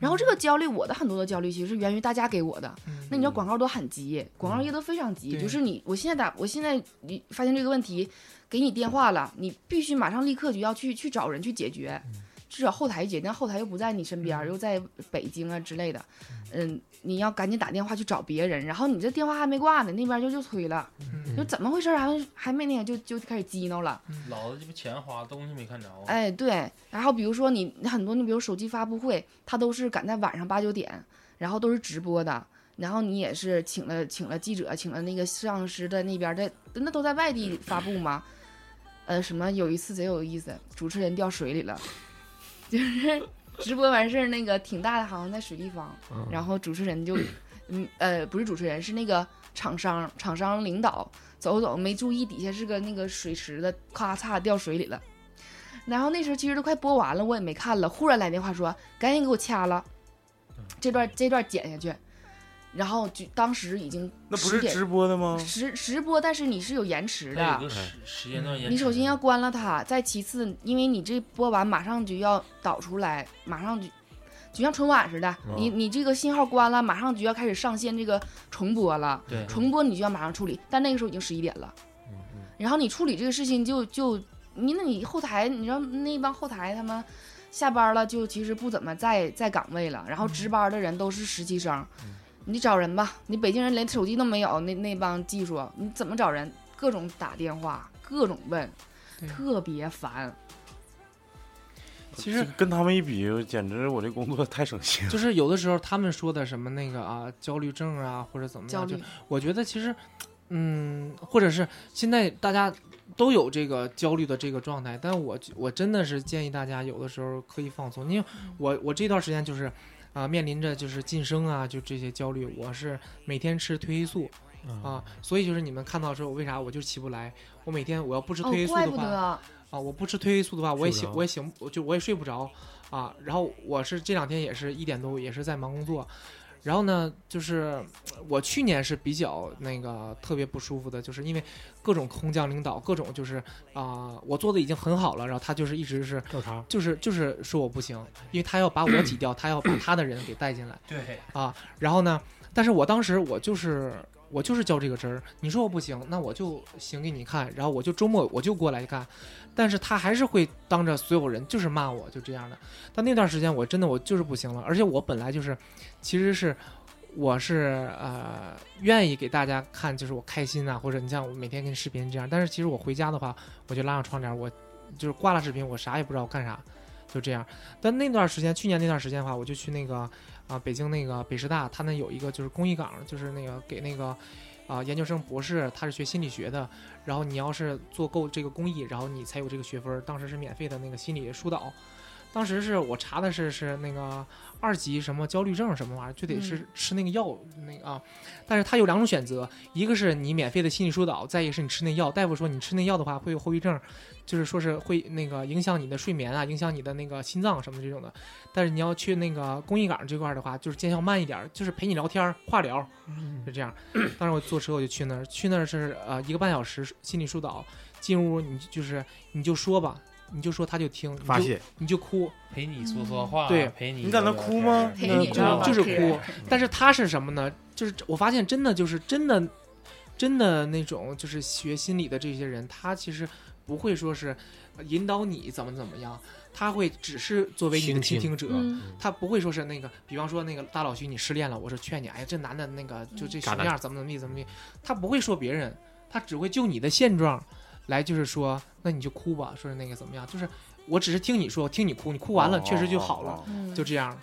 然后这个焦虑，我的很多的焦虑其实是源于大家给我的。
嗯
那你知道广告都很急，广告业都非常急，
对
就是你我现在打，我现在你发现这个问题，给你电话了，你必须马上立刻就要去去找人去解决，
嗯
至少后台解决，但后台又不在你身边，又在北京啊之类的，嗯，你要赶紧打电话去找别人，然后你这电话还没挂呢，那边就就催了，
嗯
就怎么回事儿还还没那个就就开始激挠了。
老子这不钱花，东西没看着啊，
哎，对，然后比如说你很多，你比如手机发布会，它都是赶在晚上八九点，然后都是直播的，然后你也是请了请了记者，请了那个摄像师在那边儿在那都在外地发布嘛。呃，什么有一次贼有意思，主持人掉水里了， 就是直播完事儿那个挺大的，好像在水立方，
嗯
嗯
然后主持人就，嗯呃不是主持人是那个厂商厂商领导走走没注意底下是个那个水池子，咔嚓掉水里了。然后那时候其实都快播完了，我也没看了。忽然来电话说，赶紧给我掐了，
嗯
这段这段剪下去。然后就当时已经
嗯那不
10
是
点
直播的吗？
直直播，但是你是有延迟
它
哎
的
有个，时时间
嗯
段延迟，
你首先要关了它，再其次，因为你这播完马上就要导出来，马上就就像春晚似的，你你这个信号关了，马上就要开始上线这个重播了。
对，
重播你就要马上处理，但那个时候已经十一点了。
嗯
然后你处理这个事情就就你那你后台，你知道那帮后台他们下班了就其实不怎么在在岗位了，然后
嗯
值班的人都是实习生，你找人吧，你北京人连手机都没有，那那帮技术你怎么找人？各种打电话，各种问，
对
特别烦。
其实
就跟他们一比，简直我这工作太省心了。
就是有的时候他们说的什么那个啊焦虑症啊或者怎么
焦
样，就
虑，
我觉得其实，嗯，或者是现在大家都有这个焦虑的这个状态，但我我真的是建议大家有的时候可以放松，因为
嗯
我我这段时间就是啊、面临着就是晋升啊，就这些焦虑，我是每天吃褪黑素
嗯
哦
啊，所以就是你们看到说我为啥我就起不来，我每天我要不吃褪
哦
黑，素
怪
的
不
话，
得，
啊，我不吃褪黑素的话，我也
睡不，
醒
着
我也醒，我就我也睡不着啊。然后我是这两天也是一点多，也是在忙工作。然后呢，就是我去年是比较那个特别不舒服的，就是因为各种空降领导，各种就是啊、我做的已经很好了，然后他就是一直是
调查
就是就是说我不行，因为他要把我挤掉，他要把他的人给带进来。
对，
啊，然后呢，但是我当时我就是我就是较这个真儿，你说我不行，那我就行给你看，然后我就周末我就过来干，但是他还是会当着所有人就是骂我，就这样的。但那段时间我真的我就是不行了，而且我本来就是，其实是。我是呃愿意给大家啊看，就是我开心呐、或者你像我每天跟视频这样，但是其实我回家的话，我就拉上窗帘，我就是挂了视频，我啥也不知道我干啥，就这样。但那段时间，去年那段时间的话，我就去那个啊、北京那个北师大，他那有一个就是公益岗，就是那个给那个啊、研究生博士，他是学心理学的，然后你要是做够这个公益，然后你才有这个学分儿。当时是免费的那个心理疏导。当时是我查的是是那个二级什么焦虑症什么玩意儿，就得是、
嗯
吃那个药那个啊，但是它有两种选择，一个是你免费的心理疏导，再一个是你吃那药。大夫说你吃那药的话会有后遗症，就是说是会那个影响你的睡眠啊，影响你的那个心脏什么这种的。但是你要去那个公益岗这块儿的话，就是见效慢一点儿，就是陪你聊天儿、化疗，是这样。当时我坐车我就去那儿，去那儿是呃一个半小时心理疏导，进屋你就是你就说吧，你就说他就听，你就
发泄，
你就哭，
陪你说说话，
对
陪你。
你在那哭吗？
陪你
就
唠唠
就是
嗑
哭。但是他是什么呢？就是我发现真的就是真的，真的那种就是学心理的这些人，他其实不会说是呃引导你怎么怎么样，他会只是作为你的倾
倾听
听者。
嗯，
他不会说是那个，比方说那个大老徐你失恋了，我说劝你，哎呀这男的那个就这
嗯
什么样，怎么怎么地怎么地，他不会说别人，他只会就你的现状来就是说，那你就哭吧，说是那个怎么样，就是我只是听你说，听你哭，你哭完了、
哦
确实就好了，
嗯
就这样。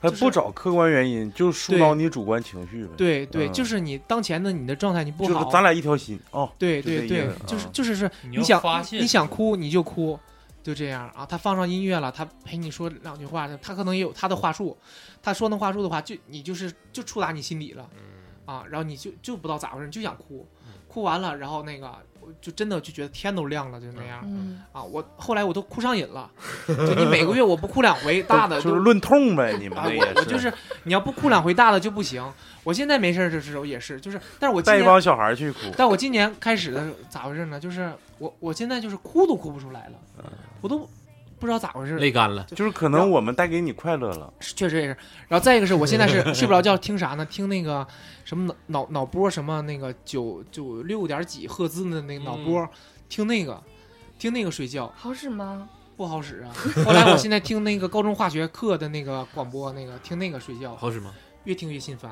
他
就是
不找客观原因，就疏导你主观情绪呗。，
对对，
嗯
就是你当前的你的状态你不
就是
好，
咱俩一条心哦。
对
就
对
这意
对
思，
就是
嗯
就是是
你
你
要
想
发泄
你想哭你就哭，就这样啊。他放上音乐了，他陪你说两句话，他可能也有他的话术，他说那话术的话，就你就是就触达你心底了
嗯
啊，然后你就就不知道咋回事，你就想哭，哭完了，然后那个我就真的就觉得天都亮了，就那样
嗯，
啊。我后来我都哭上瘾了，就你每个月我不哭两 回，大的
就
就是
论痛呗，你们
啊，
那
我
也
我就是你要不哭两回大的就不行。我现在没事儿的时候也是，就是，但是我今
带一
年
帮小孩儿去哭，
但我今年开始的时候咋回事呢？就是我我现在就是哭都哭不出来了，我都不知道咋回事。
泪干了，
就是可能我们带给你快乐了。
是确实也是。然后再一个是我现在是睡不着觉，听啥呢？听那个什么脑脑脑波什么那个九九六点几赫兹的那个脑波，听那个听那个睡觉
好使吗？
不好使啊。后来我现在听那个高中化学课的那个广播，那个听那个睡觉，
好使吗？
越听越心烦。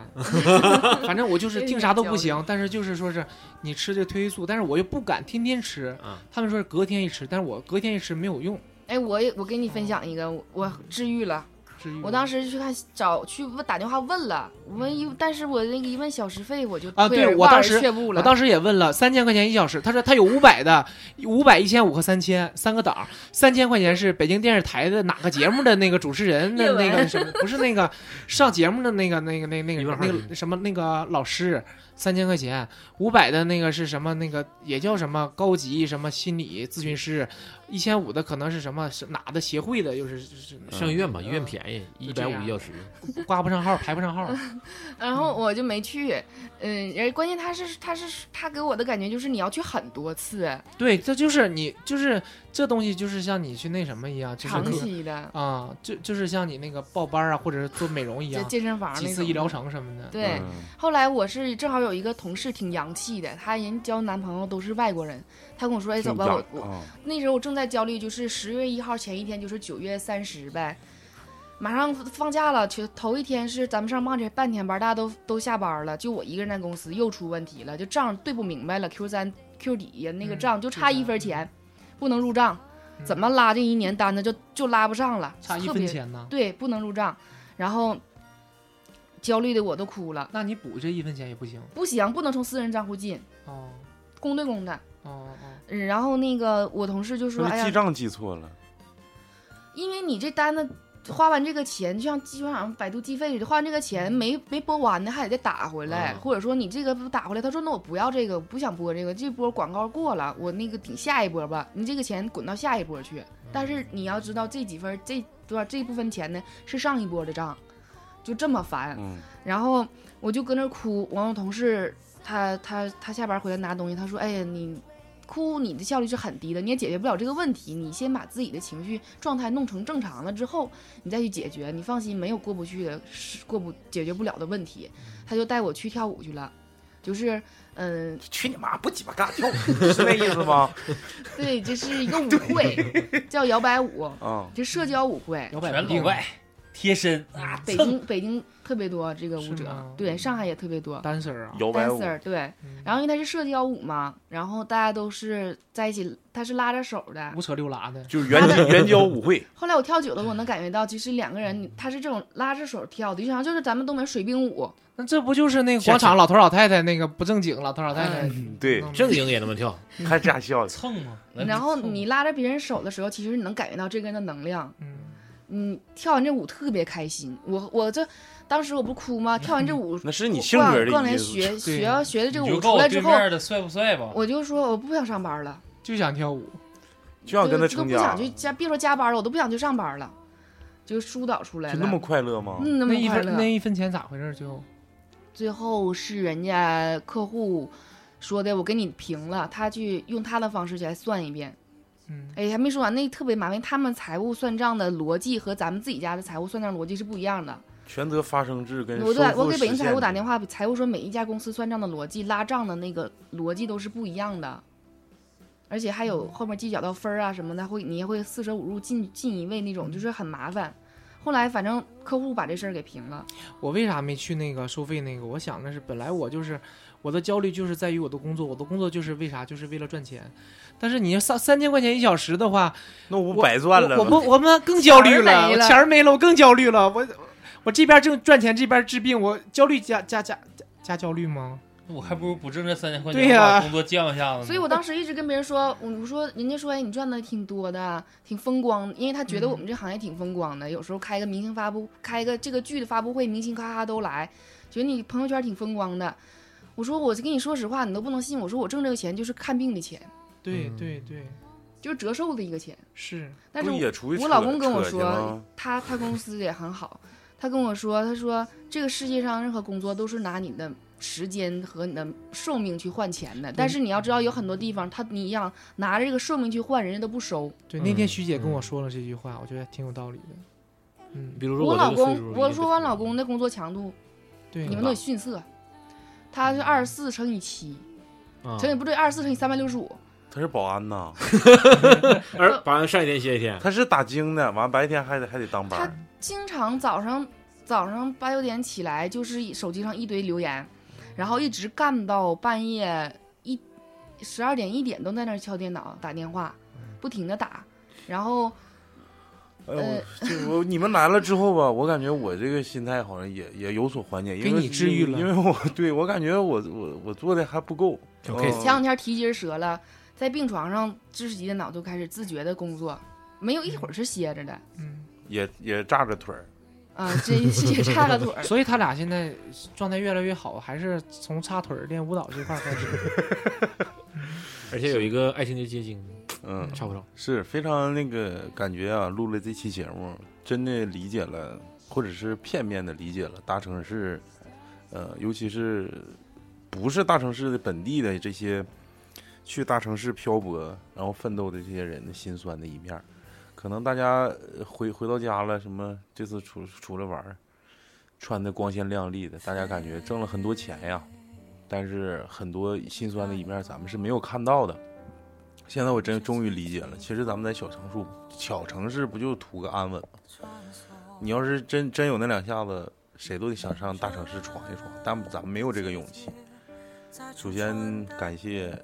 反正我就是听啥都不行，但是就是说是你吃这个褪黑素，但是我又不敢天天吃。
啊，
他们说是隔天一吃，但是我隔天一吃没有用。
哎，我也我给你分享一个，
嗯
我我治愈了。我当
时
时去看找去问打电话问了，我问一，但是我那个一问小时费我就
啊
退
对
而
我
望
当
而
时
却步了。
我当时也问了，三千块钱一小时，他说他有五百的，五百、一千五和三千三个档儿，三千块钱是北京电视台的哪个节目的那个主持人的
叶文
那个什么，不是那个上节目的那个那个那个那个
一万块
那
钱
个什么那个老师，三千块钱，五百的那个是什么那个也叫什么高级什么心理咨询师，一千五的可能是什么是哪的协会的，又是是
上医院吧，
嗯
医院便宜，一
就这
百
样
五
啊
一小时，
是挂不上号排不上号，
然后我就没去，嗯，而关键他是他是他给我的感觉就是你要去很多次，
对，这就是你就是这东西就是像你去那什么一样，就是
长
你
期的，
啊、就就是像你那个报班啊，或者是做美容一
就
样，
健身房
几
那
次
种。
医疗程什么的。
对，
嗯
后来我是正好有一个同事挺洋气的，她人交男朋友都是外国人，她跟我说：“哎，
挺
走吧，
养
我我
啊
那时候我正在焦虑，就是十月一号前一天，就是九月三十呗，马上放假了。去头一天是咱们上半天半天班，大家都都下班了，就我一个人在公司又出问题了，就账对不明白了，Q 三 Q 底呀那个
嗯
账就差一分钱，不能入账，
嗯
怎么拉这一年单子就就拉不上了，
差一
特
分
别
钱呢？
对，不能入账，然后焦虑的我都哭了，
那你补这一分钱也不行。
不行，不能从私人账户进，
哦
公对公的。
哦哦，
嗯然后那个我同事就说：“
是不是
哎呀
记，账记错了？
因为你这单子花完这个钱，就像基本上百度计费似的，花完这个钱没没拨完呢，还得再打回来，
嗯
或者说你这个不打回来，他说那我不要这个，我不想播这个，这波广告过了，我那个顶下一波吧，你这个钱滚到下一波去。但是你要知道这几分这多少这部分钱呢是上一波的账，就这么烦。
嗯，
然后我就搁那儿哭，完我同事他他他下班回来拿东西，他说：“哎呀，你哭你的效率是很低的，你也解决不了这个问题。你先把自己的情绪状态弄成正常了之后，你再去解决。你放心，没有过不去的，是过不解决不了的问题。”他就带我去跳舞去了。就是，嗯，
去嗯你妈！不鸡巴干跳舞，是那意思吗？
对，这是一个舞会，叫摇摆舞，
啊，
这社交舞会。
摇摆
嗯
全
不
老
定。啊
外，贴身啊，
北
蹭
京北京特别多这个舞
是
者
吗，
嗯
对，上海也特别多。
单身儿啊，
摇摆舞
dancer 对，
嗯
然后因为它是社交舞嘛，然后大家都是在一起，它是拉着手的
胡。扯溜拉的，
就是援援交 舞会，
后来我跳久了，我能感觉到，其实两个人他是这种拉着手跳的，就像就是咱们东北水兵舞，
那这不就是那个广场老头老太太那个不正经老头老太太
嗯
对，
弄的
正经也那么跳，
还这样笑，
蹭嘛。来
然后
蹭嘛
你拉着别人手的时候，其实你能感觉到这个人的能量。
嗯，
嗯，跳完这舞特别开心，我我这当时我不哭吗？跳完这舞
那是你性格
逛
的
逛
因
人
素。
学
对
学学的这个
你就
舞
告
出
我
来
对
之后，
面的帅不帅吧？
我就说我不想上班了，
就想跳舞，
就想跟他
就都
成
不
家
想，去加，别说加班了，我都不想去上班了，就疏导出来
就
了。
那么快乐吗？
嗯，那
那
么
一
快
分
乐。
那一分钱咋回事儿？最后
最后是人家客户说的，我给你评了，他去用他的方式去来算一遍。
嗯，
哎，还没说完，那特别麻烦，他们财务算账的逻辑和咱们自己家的财务算账逻辑是不一样的。
权责发生制跟
我
收
对
复
我给北京
实
财务
现
打
的
电话，财务说每一家公司算账的逻辑、拉账的那个逻辑都是不一样的，而且还
嗯
有后面计较到分儿啊什么的，会你也会四舍五入进进一位那
嗯
种，就是很麻烦。后来反正客户把这事儿给平了，
我为啥没去那个收费那个？我想的是，本来我就是我的焦虑就是在于我的工作，我的工作就是为啥？就是为了赚钱。但是你要三三千块钱一小时的话，
那我不
我
白赚了
我
吗
我 不我们更焦虑
钱儿
了，
没
我
了
钱儿没了，我更焦虑了。我我这边正赚钱，这边治病，我焦虑加加加加加焦虑吗？
我还不如不挣这三千块
对
钱，
呀
把工作降一下子
嗯
呢。
所以我当时一直跟别人说，我我说人家说哎你赚的挺多的，挺风光，因为他觉得我们这行业挺风光的，有时候开个明星发布，开个这个剧的发布会，明星咔咔都来，觉得你朋友圈挺风光的。我说我跟你说实话，你都不能信。我说我挣这个钱就是看病的钱，
对
嗯
对对，
就是折寿的一个钱。
是
但是
不
我
也出去
我
扯
老公跟我
扯去
说
吗，
他他公司也很好，他跟我说，他说这个世界上任何工作都是拿你的时间和你的寿命去换钱的，
嗯
但是你要知道有很多地方他你一样拿着这个寿命去换，人家都不收。
对。那天
嗯
徐姐跟我
嗯
说了这句话，我觉得挺有道理的。嗯，
比如说
我
这
老
个岁
公，
数嗯
我
也
说
不
我
小
老公的工作强度，
对
你，们都得逊色。他是二十四乘以七，
啊
乘以不对，二十四乘以三百六十五，
他是保安呐，
而
呃
保安上一天歇一天，
他是打更的，完白天还得还得当班
他
儿。
经常早上早上八九点起来，就是手机上一堆留言，然后一直干到半夜一十二点一点都在那儿敲电脑打电话，不停的打，然后
哦
哎呦，我就我你们来了之后吧，我感觉我这个心态好像也也有所缓解，因为
给你治愈了
因为我对我感觉我我我做的还不够。
小
嗯
case
前两天提筋儿折了，在病床上支起电脑就开始自觉的工作，没有一会儿是歇着的
嗯，
也也炸着腿儿，
啊，这一歇差个腿儿。
所以他俩现在状态越来越好，还是从插腿儿练舞蹈这块儿开始。
而且有一个爱情的结晶，
嗯，
差不多。
是非常那个感觉啊。录了这期节目，真的理解了，或者是片面的理解了大城市，呃，尤其是不是大城市的本地的这些去大城市漂泊然后奋斗的这些人的辛酸的一面儿。可能大家呃回回到家了，什么这次出出来玩儿，穿的光鲜亮丽的，大家感觉挣了很多钱呀，但是很多心酸的一面儿咱们是没有看到的。现在我真终于理解了，其实咱们在小城市，小城市不就图个安稳吗？你要是真真有那两下子，谁都得想上大城市闯一闯，但咱们没有这个勇气。首先感谢，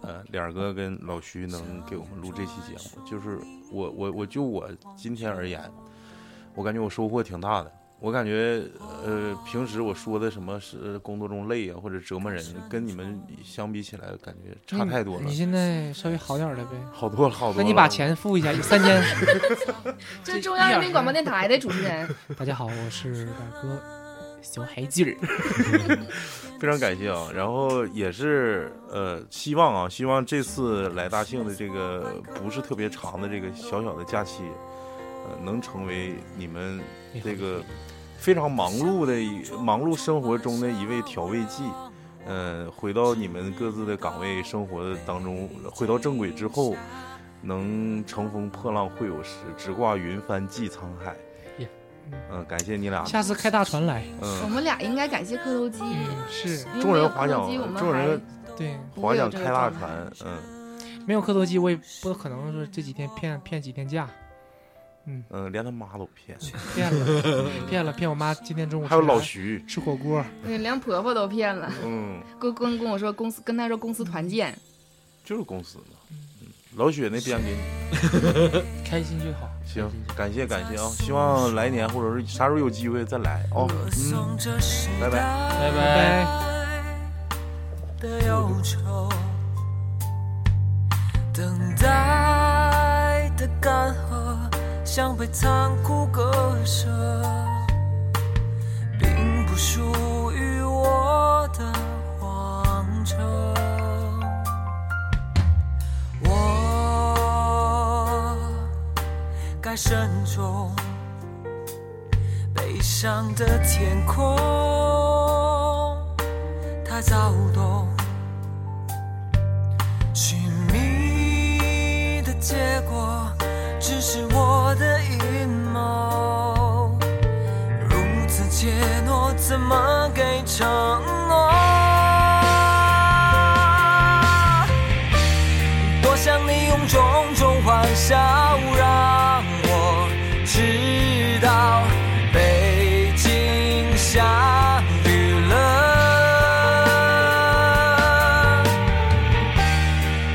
呃，脸儿哥跟老徐能给我们录这期节目，就是我我我就我今天而言，我感觉我收获挺大的。我感觉，呃，平时我说的什么是工作中累啊，或者折磨人，跟你们相比起来，感觉差太多了。
嗯你现在稍微好点儿了呗？
好多了，好多了。
那你把钱付一下，三千。
这中央人民广播电台的主持人，
大家好，我是大哥小海劲儿。
非常感谢啊！然后也是呃，希望啊，希望这次来大庆的这个不是特别长的这个小小的假期，呃，能成为你们这个非常忙碌的一忙碌生活中的一味调味剂。嗯、回到你们各自的岗位生活当中，回到正轨之后，能乘风破浪会有时，直挂云帆济沧海
耶。
嗯、感谢你俩。
下次开大船来。
嗯、
我们俩应该感谢磕头机。
嗯，是
因为
众人
没有
划
客
桨
机我们
众人
对，
不
划
会有
桨
这个
开大
状态
船，嗯。
没有磕头机，我也不可能说这几天骗骗几天假。嗯
嗯，连他妈都骗，
骗了，骗了，骗我妈今天中午
还有
吃
老
啥
徐，
吃火锅，
那连婆婆都骗了，
嗯，
跟跟跟我说公司跟他说公司团建，
就是公司嘛。嗯老雪那边给你
开心就好。
行，感谢感谢啊！希望来年或者是啥时候有机会再来啊！嗯，拜拜。
拜
拜
拜。
拜。
的忧愁，等待的干涸，像被残酷割舍，并不属于我的荒城。我该慎重，悲伤的天空。太躁动，寻觅的结果只是我的阴谋。如此怯懦，怎么给承诺？多想你用种种欢笑让我知道北京下雨了。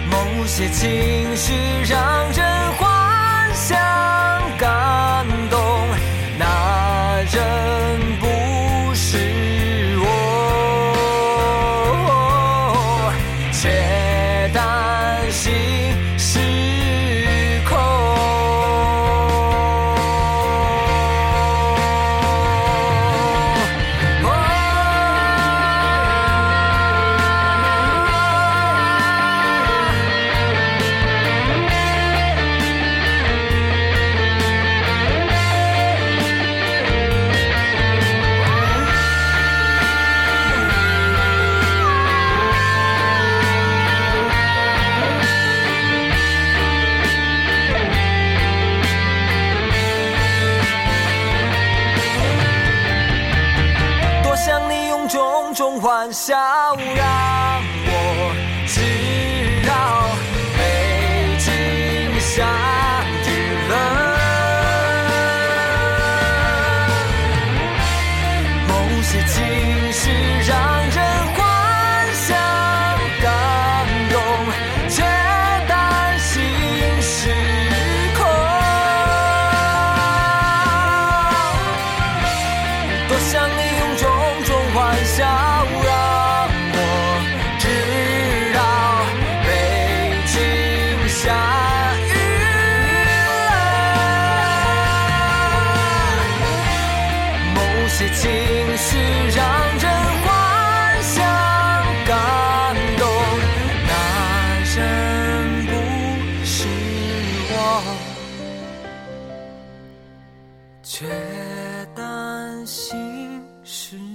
某些情绪让人幻想感动，那人不是我，且担心失控。多想你用种种欢笑让我知道北京下雨了。某些情绪让人幻想感动，却担心失控。多想你用种种欢笑让我知道北京下雨了。某些情绪让人幻想感动，那人不是我。却担心是。